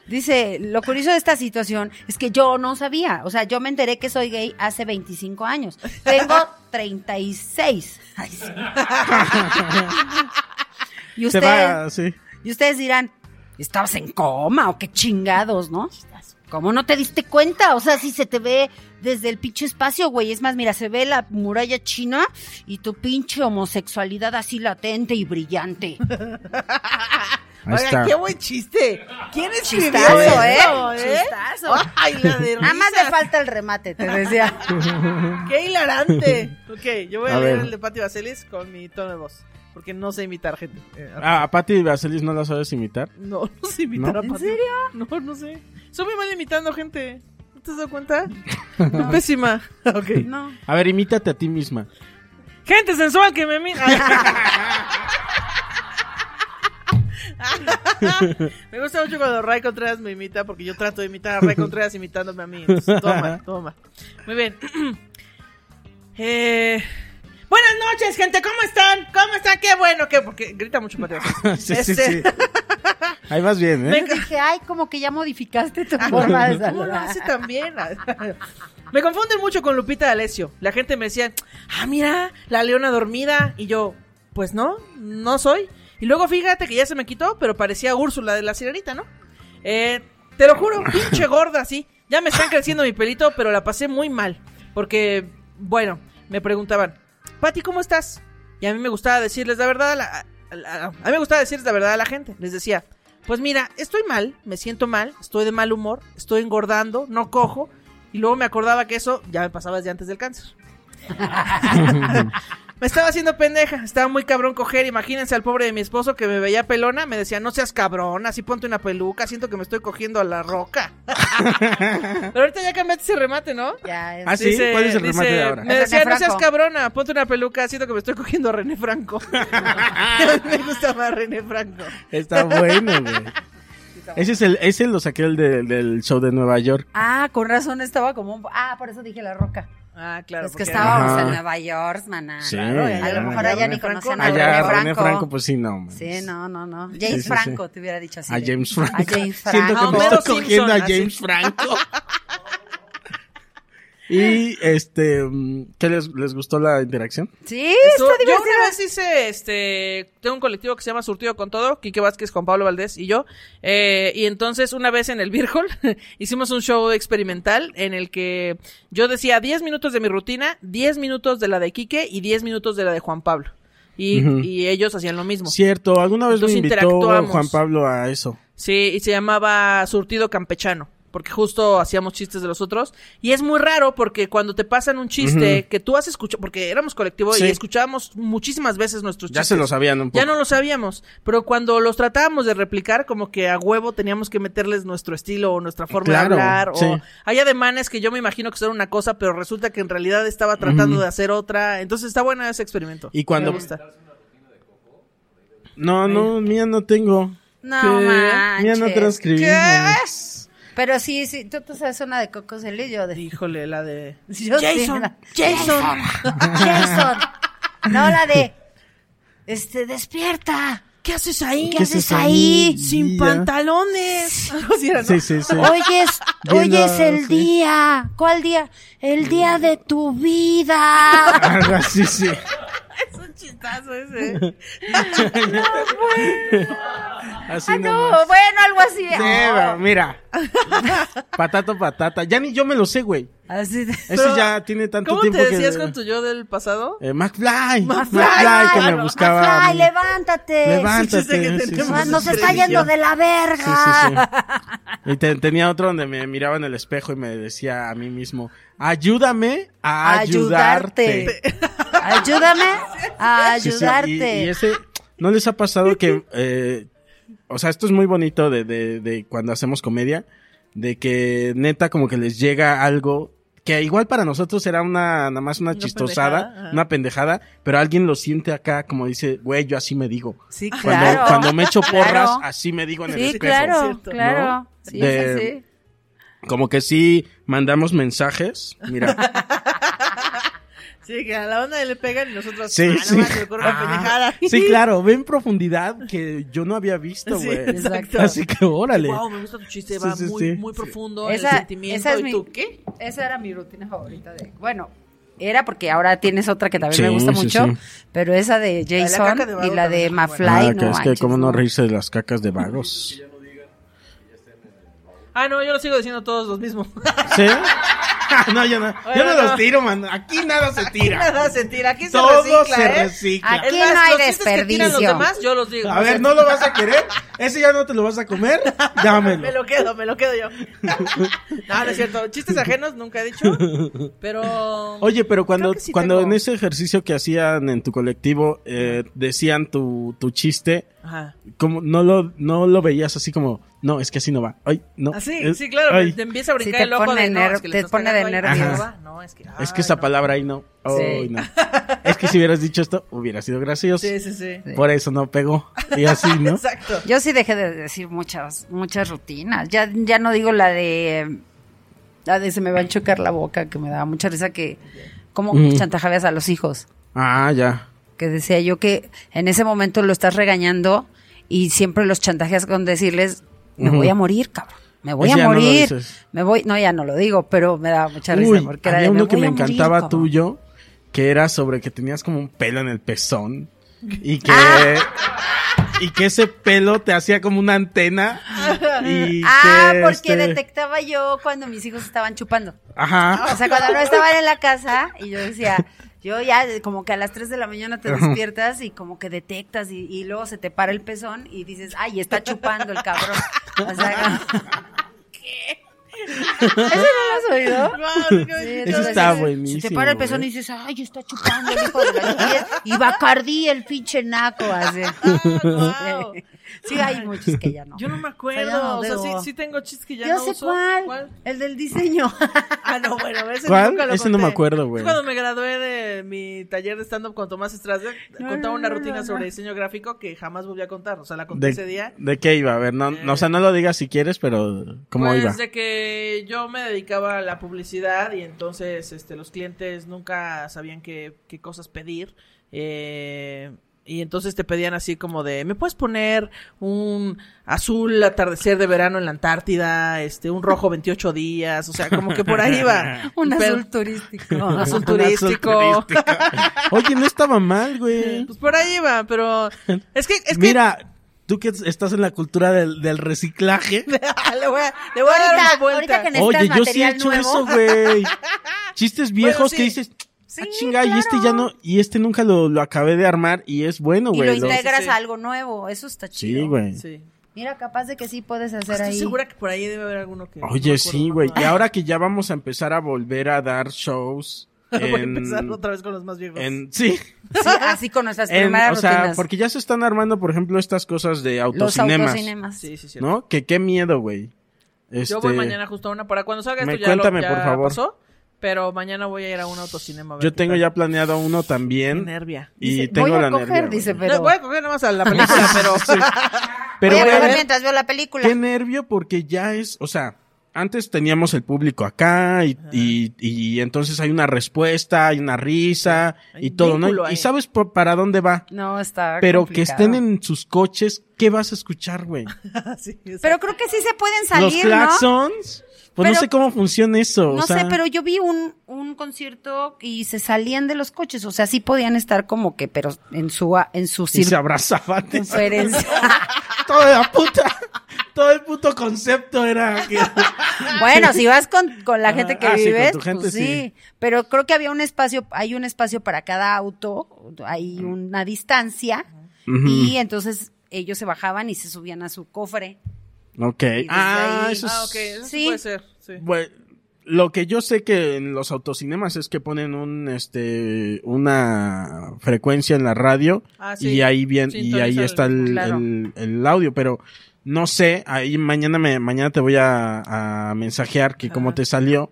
D: Dice, lo curioso de esta situación es que yo no sabía. O sea, yo me enteré que soy gay hace 25 años. Tengo 36. Ay, sí. Y
B: Se
D: ustedes,
B: va, sí.
D: y ustedes dirán, estabas en coma o qué chingados, ¿no? ¿Cómo no te diste cuenta? O sea, si se te ve desde el pinche espacio, güey. Es más, mira, se ve la muralla china y tu pinche homosexualidad así latente y brillante.
B: Ahí
C: Oigan,
B: está.
C: qué buen chiste. ¿Quién escribió eso,
D: Chistazo, ¿eh?
C: eh?
D: Chistazo.
C: Ay, la de
D: Nada más
C: risas.
D: le falta el remate, te decía.
C: ¡Qué hilarante! ok, yo voy a,
B: A
C: leer
B: ver.
C: el de Pati Vaselis con mi tono de voz. Porque no sé imitar gente. Eh,
B: Ah, a Patty Vaselis no la sabes imitar.
C: No, no sé imitar
B: ¿No?
C: a Pati. ¿En serio? No, no sé. Soy muy mal imitando gente. ¿No te has dado cuenta? Soy Pésima. Ok.
D: No.
B: A ver, imítate a ti misma.
E: Gente sensual que me mira.
C: Me gusta mucho cuando Ray Contreras me imita porque yo trato de imitar a Ray Contreras imitándome a mí. Entonces, toma, toma. Muy bien. Eh, Buenas noches, gente. ¿Cómo están? ¿Cómo están? Qué bueno que... Porque grita mucho Pati Vaselis.
B: sí, sí,
C: Este-
B: sí. Ahí vas bien, ¿eh?
D: Yo dije, ay, como que ya modificaste
C: Ah,
D: tu forma de
C: ¿Cómo lo hace
D: saludar.
C: también? me confunden mucho con Lupita D'Alessio. La gente me decía, ah, mira, la leona dormida. Y yo, pues no, no soy. Y luego fíjate que ya se me quitó, pero parecía Úrsula de la sirenita, ¿no? Eh, te lo juro, pinche gorda, así Ya me están creciendo mi pelito, pero la pasé muy mal. Porque, bueno, me preguntaban, Pati, ¿cómo estás? Y a mí me gustaba decirles la verdad a la- a la- a mí me gustaba decirles la verdad a la gente. Les decía, pues mira, estoy mal, me siento mal, estoy de mal humor, estoy engordando, no cojo. Y luego me acordaba que eso ya me pasaba desde antes del cáncer. me estaba haciendo pendeja, estaba muy cabrón coger. Imagínense al pobre de mi esposo que me veía pelona, me decía, no seas cabrón, así ponte una peluca, siento que me estoy cogiendo a la roca. Pero ahorita ya cambiaste ese remate, ¿no?
D: Ya, es-
B: Ah, sí. ¿Cuál es el remate de ahora?
C: Me
D: René
C: decía, no seas
D: Franco.
C: cabrona, ponte una peluca, siento que me estoy cogiendo a René Franco. me gusta más René Franco.
B: Está bueno, güey. Ese, es el, ese lo saqué el de- del show de Nueva York.
D: Ah, con razón estaba como... un- Ah, por eso dije la roca.
C: Ah, claro.
D: es que
C: porque-
D: estábamos
B: Ajá.
D: en Nueva York, maná.
B: Sí.
D: A lo mejor allá ni conocían a
B: Allá,
D: René
B: René Franco.
D: Franco.
B: pues sí, no. man.
D: Sí, no, no, no. James
B: Sí, sí, sí.
D: Franco te hubiera dicho así.
B: A
D: de-
B: James Franco.
D: A James
B: Siento que
D: Franco.
B: me
C: Homero
B: estoy cogiendo a
C: Simpson, así.
B: James Franco. y, este, mm, ¿qué les, les gustó la interacción?
D: Sí,
C: Estuvo-
D: está
C: yo
D: divertido.
C: una vez hice, este, tengo un colectivo que se llama Surtido con Todo, Quique Vázquez, Juan Pablo Valdés y yo, eh, y entonces una vez en el Virgol hicimos un show experimental en el que yo decía 10 minutos de mi rutina, 10 minutos de la de Quique y 10 minutos de la de Juan Pablo. Y,
B: Ujú.
C: y ellos hacían lo mismo. Sí.
B: Cierto, alguna vez
C: Entonces
B: me invitó
C: interactuamos.
B: Juan Pablo a eso.
C: y se llamaba Surtido Campechano. Porque justo hacíamos chistes de los otros. Y es muy raro porque cuando te pasan un chiste que tú has escuchado, porque éramos colectivo
B: Sí.
C: y escuchábamos muchísimas veces nuestros
B: Ya
C: chistes.
B: se lo sabían un poco.
C: Ya no lo sabíamos, pero cuando los tratábamos de replicar, como que a huevo teníamos que meterles nuestro estilo o nuestra forma
B: Claro,
C: de hablar.
B: sí.
C: O hay ademanes que yo me imagino que son una cosa, pero resulta que en realidad estaba tratando de hacer otra. Entonces está bueno ese experimento.
B: Y cuando-
C: Me gusta.
B: No, no, mía no tengo.
D: No,
B: Mía no
D: manches.
B: transcribí. man.
D: Pero sí, sí. Tú, tú sabes una de Coco Celis, yo de...
C: Híjole, la de.
D: Yo sí,
C: Jason,
D: la-
C: Jason.
D: Jason. No, la de... Este, despierta.
C: ¿Qué haces ahí?
D: ¿Qué haces
B: haces
D: ahí?
B: ahí? Ya.
C: Sin pantalones. Algo así era, ¿no?
B: Sí, sí, sí.
D: Hoy es, hoy
B: Viendo,
D: es el
B: sí.
D: día. ¿Cuál día? El día de tu vida.
B: Algo así, sí.
C: Es un chistazo ese.
B: Así
D: Ah,
B: nomás.
D: no, bueno, algo así.
B: Sí,
D: Ah.
B: va, mira. Patato, patata. Ya ni yo me lo sé, güey.
D: Ah, Así de-
B: Ese
C: Pero,
B: ya tiene tanto
C: ¿Cómo te
B: tiempo que...
C: decías con tu yo del pasado?
B: Eh, McFly. McFly, que
D: Ay,
B: me buscaba. a
D: McFly,
B: mí.
D: levántate. Ah,
C: chiste que
B: Levántate. sí,
C: tenemos.
B: sí, sí,
D: Nos
B: sí,
D: está
B: sí,
D: yendo
B: sí.
D: de la
B: Sí, sí,
D: verga.
B: sí. Y te- tenía otro donde me miraba en el espejo y me decía a mí mismo, ayúdame a ayudarte.
D: Ayudarte. Ayúdame a
B: Sí, sí, Y, y
D: ayudarte.
B: ese, ¿no les ha pasado que, eh, o sea, esto es muy bonito de, de, de cuando hacemos comedia, de que neta como que les llega algo que igual para nosotros era una, nada más una, chistosada,
C: pendejada, ajá.
B: una pendejada, pero alguien lo siente acá como dice, güey, yo así me digo.
D: Sí,
B: Cuando,
D: claro.
B: cuando me echo porras,
D: Claro.
B: así me digo en el
D: Sí,
B: espejo.
D: claro,
C: ¿cierto?
D: claro.
B: ¿no?
D: Sí,
B: De-
D: sí, sí.
B: Como que sí mandamos mensajes. Mira,
C: Sí, que a la onda le pegan y nosotros.
B: sí,
C: ah, no
B: sí.
C: más, se me ocurre una
B: Ah,
C: pendejada.
B: sí, claro, ven profundidad que yo no había visto,
C: Sí,
B: güey.
C: exacto.
B: Así que órale.
C: Wow, me gusta tu
B: Sí,
C: chiste, va
B: sí,
C: muy,
B: sí.
C: muy profundo
D: Esa-
C: el sentimiento.
D: esa es
C: ¿Y
D: mi-
C: tú qué?
D: Esa era mi rutina favorita de. Bueno, Era porque ahora tienes otra que también
B: Sí,
D: me gusta
B: sí,
D: mucho,
B: sí.
D: pero esa de
C: de
D: Jason
C: Caca de Vago
D: y la
C: también
D: de
C: es muy
D: Mafly,
B: Ah,
D: no
B: que es que
D: manches,
B: cómo no
D: no.
B: reírse de las cacas de vagos.
C: Ah, no, yo lo sigo diciendo todos los mismos.
B: ¿Sí? no, yo no, yo no
C: no.
B: los tiro, mano. Aquí nada se tira.
C: Nada sentir, aquí se
B: Todo
C: recicla,
B: se
C: ¿eh?
B: recicla.
D: Aquí
C: Es más,
D: no hay
C: los chistes que tiran
D: desperdicio.
C: los demás, yo los digo.
B: A ver, ¿no lo vas a querer? ¿Ese ya no te lo vas a comer? Dámelo.
C: Me lo quedo, me lo quedo yo. no, no es cierto. Chistes ajenos nunca he dicho. Pero.
B: Oye, pero cuando,
C: Creo que sí
B: cuando
C: tengo.
B: en ese ejercicio que hacían en tu colectivo eh, decían tu, tu chiste,
C: Ajá.
B: como no lo, no lo veías así como, no, es que así no va. Ay, no.
C: Ah, sí,
B: es-
C: sí, claro.
B: ay,
C: Te empieza a brincar
D: Sí, te
C: el ojo
D: pone
C: de no,
D: ner-
C: es que le
D: te
C: estás
D: pone de
C: cagando ahí,
D: nervios.
C: no va, No, es que,
B: es
C: ay,
B: que esa
C: no.
B: palabra ahí no. Ay, no. Es que si hubieras dicho esto, hubiera sido gracioso.
C: Sí, sí, sí.
B: Por eso no pegó. Y así, ¿no?
C: Exacto.
D: Yo sí dejé de decir muchas, muchas rutinas. Ya, ya no digo la de la de se me va a chocar la boca, que me daba mucha risa que como
B: Mm.
D: chantajeabas a los hijos.
B: Ah, ya.
D: Que decía yo que en ese momento lo estás regañando y siempre los chantajeas con decirles me
B: Ujú.
D: voy a morir, cabrón. Me voy
B: Ese
D: a
B: ya no lo
D: morir.
B: dices.
D: me voy, no, ya no lo digo, pero me daba mucha risa
B: Uy,
D: porque era
B: había
D: de,
B: uno
D: "Me
B: que
D: voy
B: me
D: a morir,
B: encantaba
D: cabrón".
B: tuyo, que era sobre que tenías como un pelo en el pezón y que y que ese pelo te hacía como una antena y
D: Ah,
B: que,
D: porque
B: este,
D: detectaba yo cuando mis hijos estaban chupando.
B: Ajá.
C: Ah,
D: O sea, cuando no estaban en la casa y yo decía, yo ya como que a las 3 de la mañana te despiertas y como que detectas y, y luego se te para el pezón y dices, ay, está chupando el cabrón. O sea, ¿qué? ¿Eso no lo has oído?
C: No, nunca
D: Sí,
C: he dicho.
B: Eso
D: entonces,
B: está
D: se- Se te
B: buenísimo,
D: para el pezón
B: güey.
D: y dices, ay, está chupando el hijo de la chica", Y Bacardí el pinche naco así.
C: Ah, wow.
D: Sí, hay muchos que ya no.
C: Yo no me
D: O sea, ya
C: acuerdo.
D: no
C: O sea, sí,
D: debo.
C: sí tengo chistes que ya
D: Yo
C: no
D: sé
C: uso.
D: cuál, el del diseño.
C: Ah, no, bueno, ese
B: ¿Cuál?
C: nunca lo
B: Ese no me
C: conté.
B: acuerdo, güey.
C: Es cuando me gradué de mi taller de stand-up con Tomás Strasberg,
D: No,
C: contaba
D: no,
C: una
D: no,
C: rutina
D: no,
C: sobre
D: no.
C: diseño gráfico que jamás volví a contar. O sea, la conté
B: De,
C: ese día.
B: de qué iba? A ver, no, no, o sea, no lo digas si quieres, pero ¿cómo
C: pues
B: iba?
C: de que yo me dedicaba a la publicidad y entonces este los clientes nunca sabían qué, qué cosas pedir. eh, y entonces te pedían así como de, ¿me puedes poner un azul atardecer de verano en la Antártida? Este, un rojo 28 días, o sea, como que por ahí iba.
D: Un
C: Pero-
D: azul turístico.
C: un azul
B: Un azul
C: turístico.
B: turístico. Oye, no estaba mal, güey.
C: Pues por ahí iba, pero es que, es que
B: Mira, tú que estás en la cultura del, del reciclaje.
C: le voy a, le voy a dar una vuelta.
D: ahorita que ne-
B: Oye,
D: ¿Necesitas
B: yo sí he
D: material
B: hecho
D: nuevo?
B: eso, güey. Chistes viejos
C: sí.
B: que dices, ah, chinga, y este ya no, y este nunca lo, lo acabé de armar y es bueno,
D: Y lo
B: güey. Lo-
D: integras
C: sí.
D: a algo nuevo. Eso está chido.
B: Sí, güey.
C: Sí.
D: Mira, capaz de que sí puedes hacer
C: Estoy
D: ahí.
C: segura que por ahí debe haber alguno que. no me
B: Oye,
C: acuerdo,
B: sí,
C: no,
B: güey.
C: no.
B: Y ahora que ya vamos a empezar a volver a dar shows.
C: Voy a
B: en-
C: empezar otra vez con los más viejos.
B: en- sí,
D: Sí, así con nuestras
B: en- Em, o
D: primeras
B: sea,
D: rutinas.
B: porque ya se están armando, por ejemplo, estas cosas de
D: Los
B: autocinemas,
D: autocinemas.
C: Sí, sí, sí.
B: ¿no? Que qué miedo, güey. Este,
C: Yo voy mañana justo a una para cuando salga
B: Me-
C: esto ya lo-
B: cuéntame,
C: ya
B: por favor.
C: pasó, pero mañana voy a ir a un autocinema. a ver
B: yo
C: qué
B: tengo
C: tal.
B: ya planeado uno
C: Qué
B: también
C: nervia.
B: y
D: Dice,
B: tengo
D: voy a
B: la
D: coger,
B: nervia, güey.
D: dice, pero...
C: No, voy a coger nada más a la película, pero
B: Pero
D: voy a
B: voy a
D: coger
B: ver-
D: mientras veo la película.
B: Qué nervio porque ya es, o sea, antes teníamos el público acá y, y, y entonces hay una respuesta, hay una risa
C: Hay
B: y
C: un
B: todo, ¿no?
C: vínculo
B: Y
C: ahí.
B: sabes po- para dónde va.
D: No, está
B: Pero
D: complicado.
B: que estén en sus coches, ¿qué vas a escuchar, güey?
C: Ah, sí, o sea,
D: Pero creo que sí se pueden
B: Los
D: salir, ¿no?
B: claxons. Pues no
D: Pero-
B: sé cómo funciona eso. o
D: No
B: sea,
D: sé, pero yo vi un, un concierto y se salían de los coches. O sea, sí podían estar como que, pero en su, en su
B: y se abrazaban.
D: circunferencia.
B: Toda la puta. Todo el puto concepto era que.
D: bueno, si vas con, con la
B: Ajá.
D: gente que
B: Ah, sí, con
D: vives,
B: tu gente,
D: pues
B: sí.
D: sí. Pero creo que había un espacio, hay un espacio para cada auto, hay una distancia.
B: Ujú.
D: Y entonces ellos se bajaban y se subían a su cofre.
B: Ok.
D: desde
B: Ah,
D: ahí-
B: eso es.
C: Ah, ok, eso sí
D: Sí.
C: puede ser. Sí.
B: Bueno, lo que yo sé que en los autocinemas es que ponen un este una frecuencia en la radio
C: Ah, sí.
B: y ahí bien y
C: Sintoniza
B: ahí
C: el-
B: está el,
D: Claro.
B: el- el audio, pero no sé, ahí mañana me mañana te voy a, a mensajear que cómo te salió.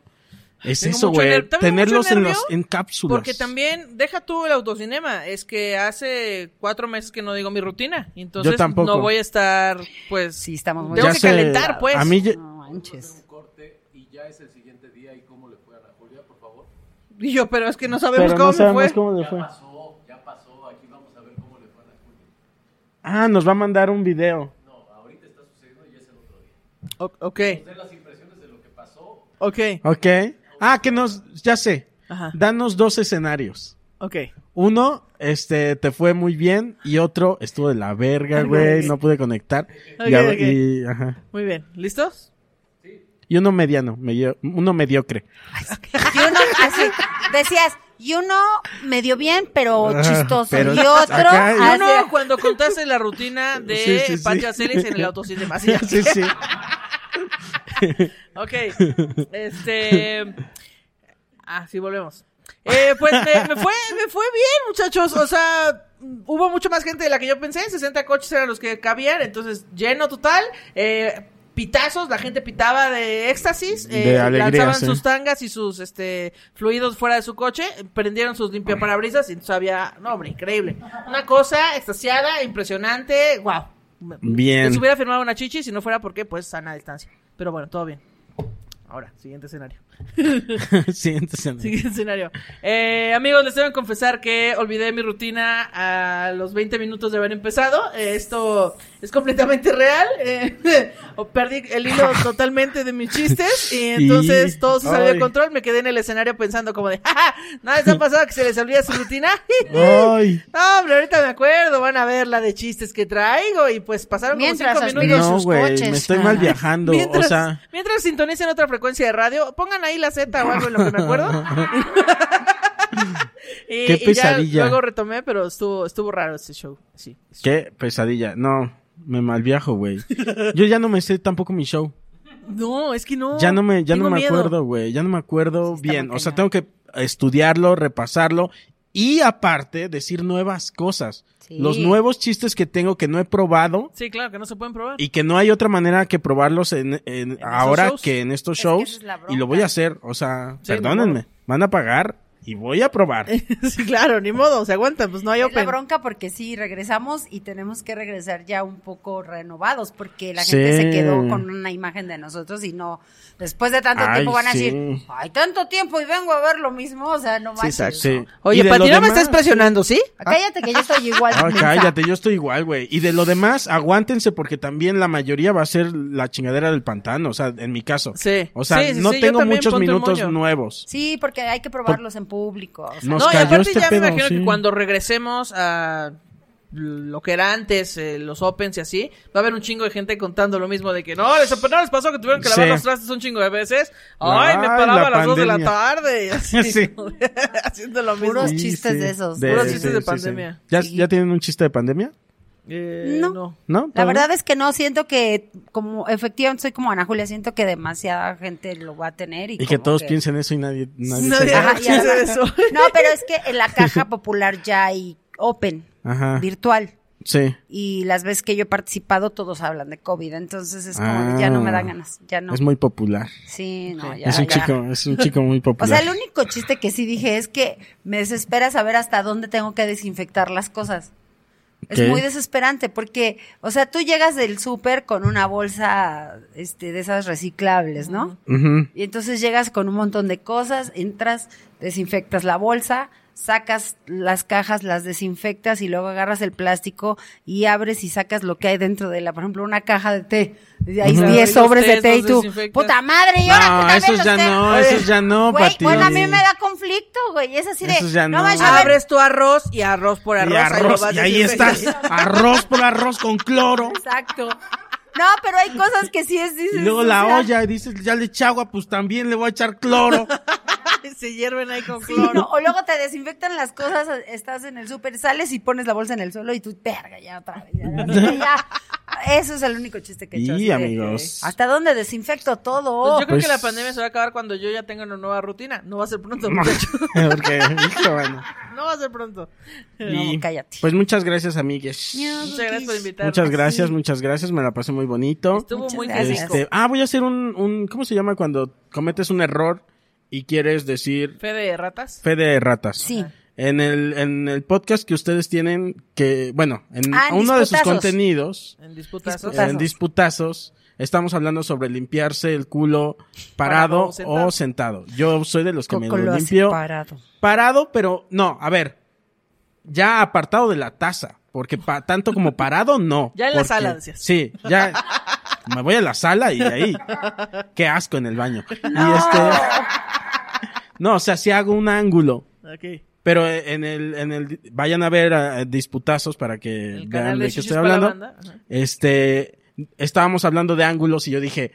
B: Es
C: Tengo
B: eso,
C: mucho
B: güey,
C: ner- tengo
B: tenerlos
C: mucho
B: en
C: nervio
B: los en cápsulas.
C: Porque también, deja tú el autocinema, es que hace cuatro meses que no digo mi rutina, y entonces
B: tampoco.
C: no voy a estar, pues,
D: Sí, estamos muy
C: tengo
B: Ya
C: que
B: sé,
C: calentar, pues.
B: A mí ya-
D: No manches.
C: Y yo, pero es que no sabemos
B: pero
C: cómo
B: no
C: me
B: sabemos
C: fue.
B: Pues, cómo le fue. Ah, nos va a mandar un video.
C: O- ok. Ok.
B: Ok. Ah, que nos, ya sé.
C: Ajá.
B: Danos dos escenarios.
C: Ok.
B: Uno, este, te fue muy bien. Y otro, estuvo de la verga, güey. No pude conectar. y, a-
C: Ok, ok.
B: y- ajá.
C: Muy bien. ¿Listos?
B: Y uno mediano, medio- uno mediocre.
D: Y uno así, decías, y uno medio bien, pero
B: Ah,
D: chistoso.
B: pero
D: y otro,
B: acá-
D: así-
C: Uno, cuando contaste la rutina de
B: Sí, sí, sí.
C: Pacha Celis en el autocinema. Así,
B: Ah,
C: así.
B: sí, sí.
C: Ok. Este. Ah, sí, volvemos. Eh, pues me, me fue, me fue bien, muchachos. O sea, hubo mucho más gente de la que yo pensé. 60 coches eran los que cabían. Entonces, lleno total. Eh, pitazos, la gente pitaba de éxtasis. eh,
B: De alegría,
C: lanzaban
B: sí.
C: sus tangas y sus este fluidos fuera de su coche. Prendieron sus limpiaparabrisas. Y entonces había. No, hombre, increíble. Una cosa extasiada, impresionante. ¡Wow!
B: Bien.
C: Les hubiera firmado una chichi si no fuera porque, pues, sana distancia. Pero bueno, todo bien. Ahora, siguiente escenario.
B: Siguiente escenario.
C: Siguiente escenario. Eh, amigos, les tengo que confesar que olvidé mi rutina a los 20 minutos de haber empezado. Eh, esto es completamente real. Eh, o perdí el hilo totalmente de mis chistes y entonces
B: Y-
C: todo se salió de
B: ay.
C: control. Me quedé en el escenario pensando como de, ¡Ja, ja! ¿No les ha pasado que se les olvida su rutina?
B: Ay.
C: No, hombre, ahorita me acuerdo. Van a ver la de chistes que traigo y pues pasaron
D: Mientras
C: como 5
D: aspiran
C: minutos.
B: No,
D: sus
B: güey,
D: coches.
B: me estoy mal
D: Ah.
B: viajando.
C: Mientras,
B: O sea,
C: mientras sintonicen otra frecuencia de radio, pongan ahí la Z o algo en lo que me acuerdo. y,
B: Qué
C: y
B: pesadilla.
C: ya luego retomé, pero estuvo, estuvo raro este show. Sí.
B: qué pesadilla. No, me mal viajo, güey. Yo ya no me sé tampoco mi show.
C: No, es que no.
B: Ya no me, ya no
C: Tengo
B: me
C: miedo.
B: acuerdo, güey. Ya no me acuerdo
D: Sí, está
B: bien.
D: muy
B: O sea, tengo
D: cañón.
B: que estudiarlo, repasarlo y aparte decir nuevas cosas.
D: Sí.
B: Los nuevos chistes que tengo que no he probado
C: Sí, claro, que no se pueden probar.
B: y que no hay otra manera que probarlos en, en- ahora
C: shows.
B: que en estos
D: Es que esa
B: shows.
D: es la
B: y lo
D: bronca.
B: voy a hacer. O sea,
C: Sí,
B: perdónenme. Van a pagar y voy a probar.
C: sí, claro, ni modo, se aguantan, pues no hay
D: Es la
C: open.
D: bronca porque sí, regresamos y tenemos que regresar ya un poco renovados porque la
B: Sí.
D: gente se quedó con una imagen de nosotros y no, después de tanto
B: Ay,
D: tiempo van a
B: sí.
D: decir, ay, tanto tiempo y vengo a ver lo mismo, o sea, no manches. Ah,
C: exacto.
B: Sí. Y
C: Oye,
B: de
C: Pati,
B: lo
C: no me
B: demás-
C: estás presionando, ¿sí?
D: Cállate que yo estoy igual.
B: Ah,
D: mensa.
B: cállate, yo estoy igual, güey. Y de lo demás, aguántense porque también la mayoría va a ser la chingadera del pantano, o sea, en mi caso.
C: Sí.
B: O sea,
C: Sí, sí,
B: no
C: sí, yo
B: tengo
C: también
B: muchos
C: ponte un
B: minutos
C: moño.
B: nuevos.
D: Sí, porque hay que probarlos en público. o sea,
B: Nos
C: no, y
B: cayó
C: aparte
B: este
C: ya
B: pedo,
C: me imagino
B: sí.
C: que cuando regresemos a lo que era antes, eh, los opens y así, va a haber un chingo de gente contando lo mismo de que no, les, no les pasó que tuvieron que lavar
B: Sí.
C: los trastes un chingo de veces. Ay, me
B: Ay,
C: paraba
B: la
C: a las dos de la
B: pandemia.
C: tarde. y Así,
B: Sí.
C: haciendo lo mismo.
D: Puros chistes de esos.
C: Puros chistes de pandemia.
B: ¿Ya,
D: Sí.
B: ya tienen un chiste de pandemia?
C: Eh,
D: No.
C: no.
B: ¿No?
D: La
B: ¿Todavía?
D: verdad es que no siento que, como efectivamente soy como Ana Julia, siento que demasiada gente lo va a tener. Y,
B: Y que
D: como
B: todos piensen eso y nadie... nadie
C: Nadie
B: se-
D: Ajá,
C: haga
D: y
C: chiste de
D: además-
C: eso.
D: No, pero es que en la caja popular ya hay open,
B: Ajá.
D: virtual.
B: Sí.
D: Y las veces que yo he participado, todos hablan de COVID. Entonces es como,
B: Ah.
D: de, ya no me dan ganas. Ya no.
B: Es muy popular.
D: Sí, no, ya.
B: es un
D: ya.
B: chico, es un chico muy
D: O
B: popular.
D: sea, el único chiste que sí dije es que me desespera saber hasta dónde tengo que desinfectar las cosas.
B: Ok.
D: Es muy desesperante porque, o sea, tú llegas del súper con una bolsa este, de esas reciclables, ¿no?
B: Ujú.
D: Y entonces llegas con un montón de cosas, entras, desinfectas la bolsa, sacas las cajas, las desinfectas y luego agarras el plástico y abres y sacas lo que hay dentro de la, por ejemplo, una caja de té. Y Hay
C: Ujú.
D: 10
C: Y los
D: sobres de
C: tés
D: té y
C: los
D: tú,
C: desinfectas.
D: puta madre, y ahora
B: No,
D: que también
B: esos
D: los
B: ya
D: té".
B: no,
D: Oye,
B: esos ya no,
D: Güey,
B: Pati.
D: bueno, a mí me da conflicto, güey, es así de,
B: Esos ya no.
D: no, manches, a ver,
C: Abres tu arroz y arroz por arroz.
B: Y
C: ahí lo
B: arroz,
C: vas
B: y ahí
C: desinfectando.
B: estás. Arroz por arroz con cloro.
D: exacto. No, pero hay cosas que sí es,
B: Y
D: dices,
B: luego
D: o
B: la
D: sea,
B: olla y dices, ya le eché agua, pues también le voy a echar cloro.
C: Se hierven ahí con
D: Sí,
C: cloro.
D: no, o luego te desinfectan las cosas, estás en el súper, sales y pones la bolsa en el suelo y tú, verga, ya otra vez. Ya, ya, ya". Eso es el único chiste que he hecho.
B: Y,
D: así de,
B: amigos.
D: ¿Hasta dónde desinfecto todo?
C: Pues yo creo
B: Pues-
C: que la pandemia se va a acabar cuando yo ya tenga una nueva rutina. No va a ser pronto, muchachos.
B: Porque, hijo, bueno.
C: No va a ser pronto.
B: Y,
D: cállate. pues,
B: Pues muchas gracias, amigues.
C: Muchas gracias por invitarme.
B: Muchas gracias, muchas gracias. Me la pasé muy bonito.
C: Estuvo
D: Muchas
C: muy
D: gracias.
C: rico.
B: Este, ah, voy a hacer un, un. ¿Cómo se llama cuando cometes un error y quieres decir
C: Fe de ratas.
B: fe de ratas?
D: Sí.
B: En el, en el podcast que ustedes tienen, que. Bueno, en
D: Ah, en
B: uno de sus
D: Disputazos.
B: contenidos,
C: En disputazos.
D: Disputazos.
B: en Disputazos, estamos hablando sobre limpiarse el culo parado,
C: Parado o sentado.
B: o sentado. Yo soy de los que me
D: Coco lo
B: lo
D: hace
B: limpio.
D: parado.
B: Parado, pero no, a ver. Ya apartado de la taza. Porque pa- tanto como parado, no.
C: Ya en la
B: porque-
C: sala, decías.
B: Sí, ya. Me voy a la sala y de ahí. Qué asco en el baño. Y este. No, o sea, si hago un ángulo.
C: Ok.
B: Pero en el, en el, vayan a ver a disputazos para que
C: El
B: vean
C: canal
B: de qué
C: de Shishis
B: estoy
C: para la
B: hablando.
C: banda, ajá.
B: Este, estábamos hablando de ángulos y yo dije,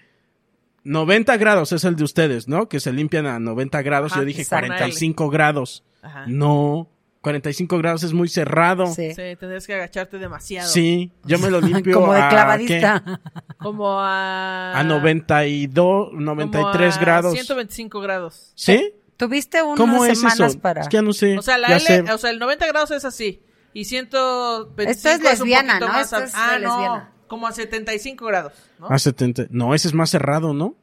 B: 90 grados es el de ustedes, ¿no? Que se limpian a 90 grados.
C: Ajá,
B: yo dije
C: exacto.
B: 45 grados.
C: Ajá.
B: No, 45 grados es muy cerrado. Sí.
D: Sí.
C: Sí, tendrías que agacharte demasiado.
B: yo me lo limpio
D: Como de
B: a,
D: clavadista.
C: Como a...
B: ¿qué? A 92, 93
C: Ah. como a
B: grados.
C: 125 grados.
B: ¿Sí?
D: Tuviste unas
B: ¿Cómo es
D: semanas
B: eso?
D: para.
B: Es que ya no sé.
C: O sea, la
B: Ya
C: L,
B: sé.
C: o sea, el 90 grados es así. Y 125
D: Esto es lesbiana,
C: un poquito
D: ¿no?
C: más
D: Esto
C: al-
D: es de
C: ah, no.
D: lesbiana.
C: Como a 75 grados, ¿no?
B: A 70. No, ese es más cerrado, ¿no?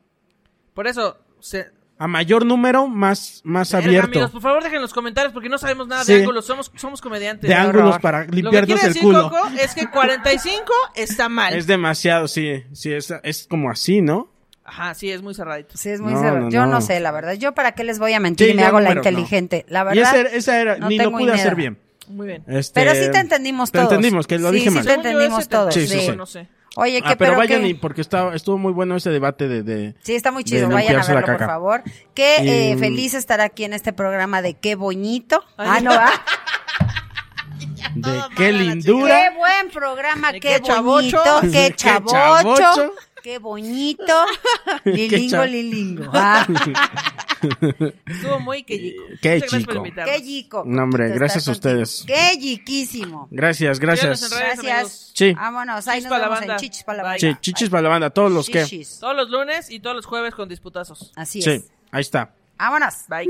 C: Por eso... Se,
B: A mayor número, más, más
C: Verga,
B: abierto.
C: Amigos, por favor, dejen los comentarios porque no sabemos nada
B: Sí.
C: de ángulos. Somos, somos comediantes.
B: de
C: Lo
B: ángulos para
C: que
B: limpiarnos
C: quiere
B: el
C: decir,
B: culo.
C: Coco, es que 45 está mal.
B: Es demasiado, sí. Sí, es, es como así, ¿no?
C: Ajá, sí, es muy cerradito.
D: Sí, es muy
B: No,
D: cerrado.
B: no,
D: Yo
B: no.
D: no sé, la verdad. Yo para qué les voy a mentir
B: Sí,
D: me
B: yo
D: hago la
B: número, no.
D: inteligente. La
B: y
D: verdad.
B: esa, esa era,
D: no
B: ni lo
D: tengo
B: pude hacer
D: idea.
B: bien.
C: Muy bien.
B: Este,
D: Pero sí te entendimos todos.
B: Te entendimos, que lo
D: Sí,
B: dije
D: sí
B: mal.
D: te-
C: Según yo,
D: entendimos
C: ese
D: todos.
B: Sí, sí,
C: tampoco,
B: sí.
C: No sé.
D: Oye,
B: Ah,
D: que
B: pero
D: pero
B: vayan
D: qué-
B: y porque está, estuvo muy bueno ese debate de... de-
D: Sí, está muy
B: de
D: chido. Vayan a
B: limpiarse la
D: verlo, por
B: caca.
D: favor. Qué eh,
B: Y-
D: feliz estar aquí en este programa de qué bonito.
C: Ay,
D: ah, no, ¿ah?
B: de qué
D: Qué
B: lindura.
D: buen programa,
C: De
D: qué,
C: qué chavocho.
D: bonito, qué
B: Qué chavocho.
D: chavocho, qué bonito. Lilingo,
B: chavo-
D: lilingo. Ah,
C: Estuvo muy que chico.
B: Qué
C: Muchas gracias por
B: chico.
C: invitarnos.
D: qué yico.
B: No, hombre,
D: Estar
B: gracias a
D: contigo.
B: ustedes.
D: Qué yiquísimo.
B: Gracias,
C: Síganos en
B: gracias.
C: redes.
D: Gracias.
B: Sí.
D: Vámonos, ahí
C: Chichis
D: nos
C: pa' la
D: vemos en
C: banda.
D: Chichis para la
C: Bye.
D: banda.
B: Sí, chichis para la banda, todos los que...
D: Chichis.
C: Todos los lunes y todos los jueves con disputazos.
D: Así es.
B: Sí, ahí está.
D: Vámonos.
C: Bye.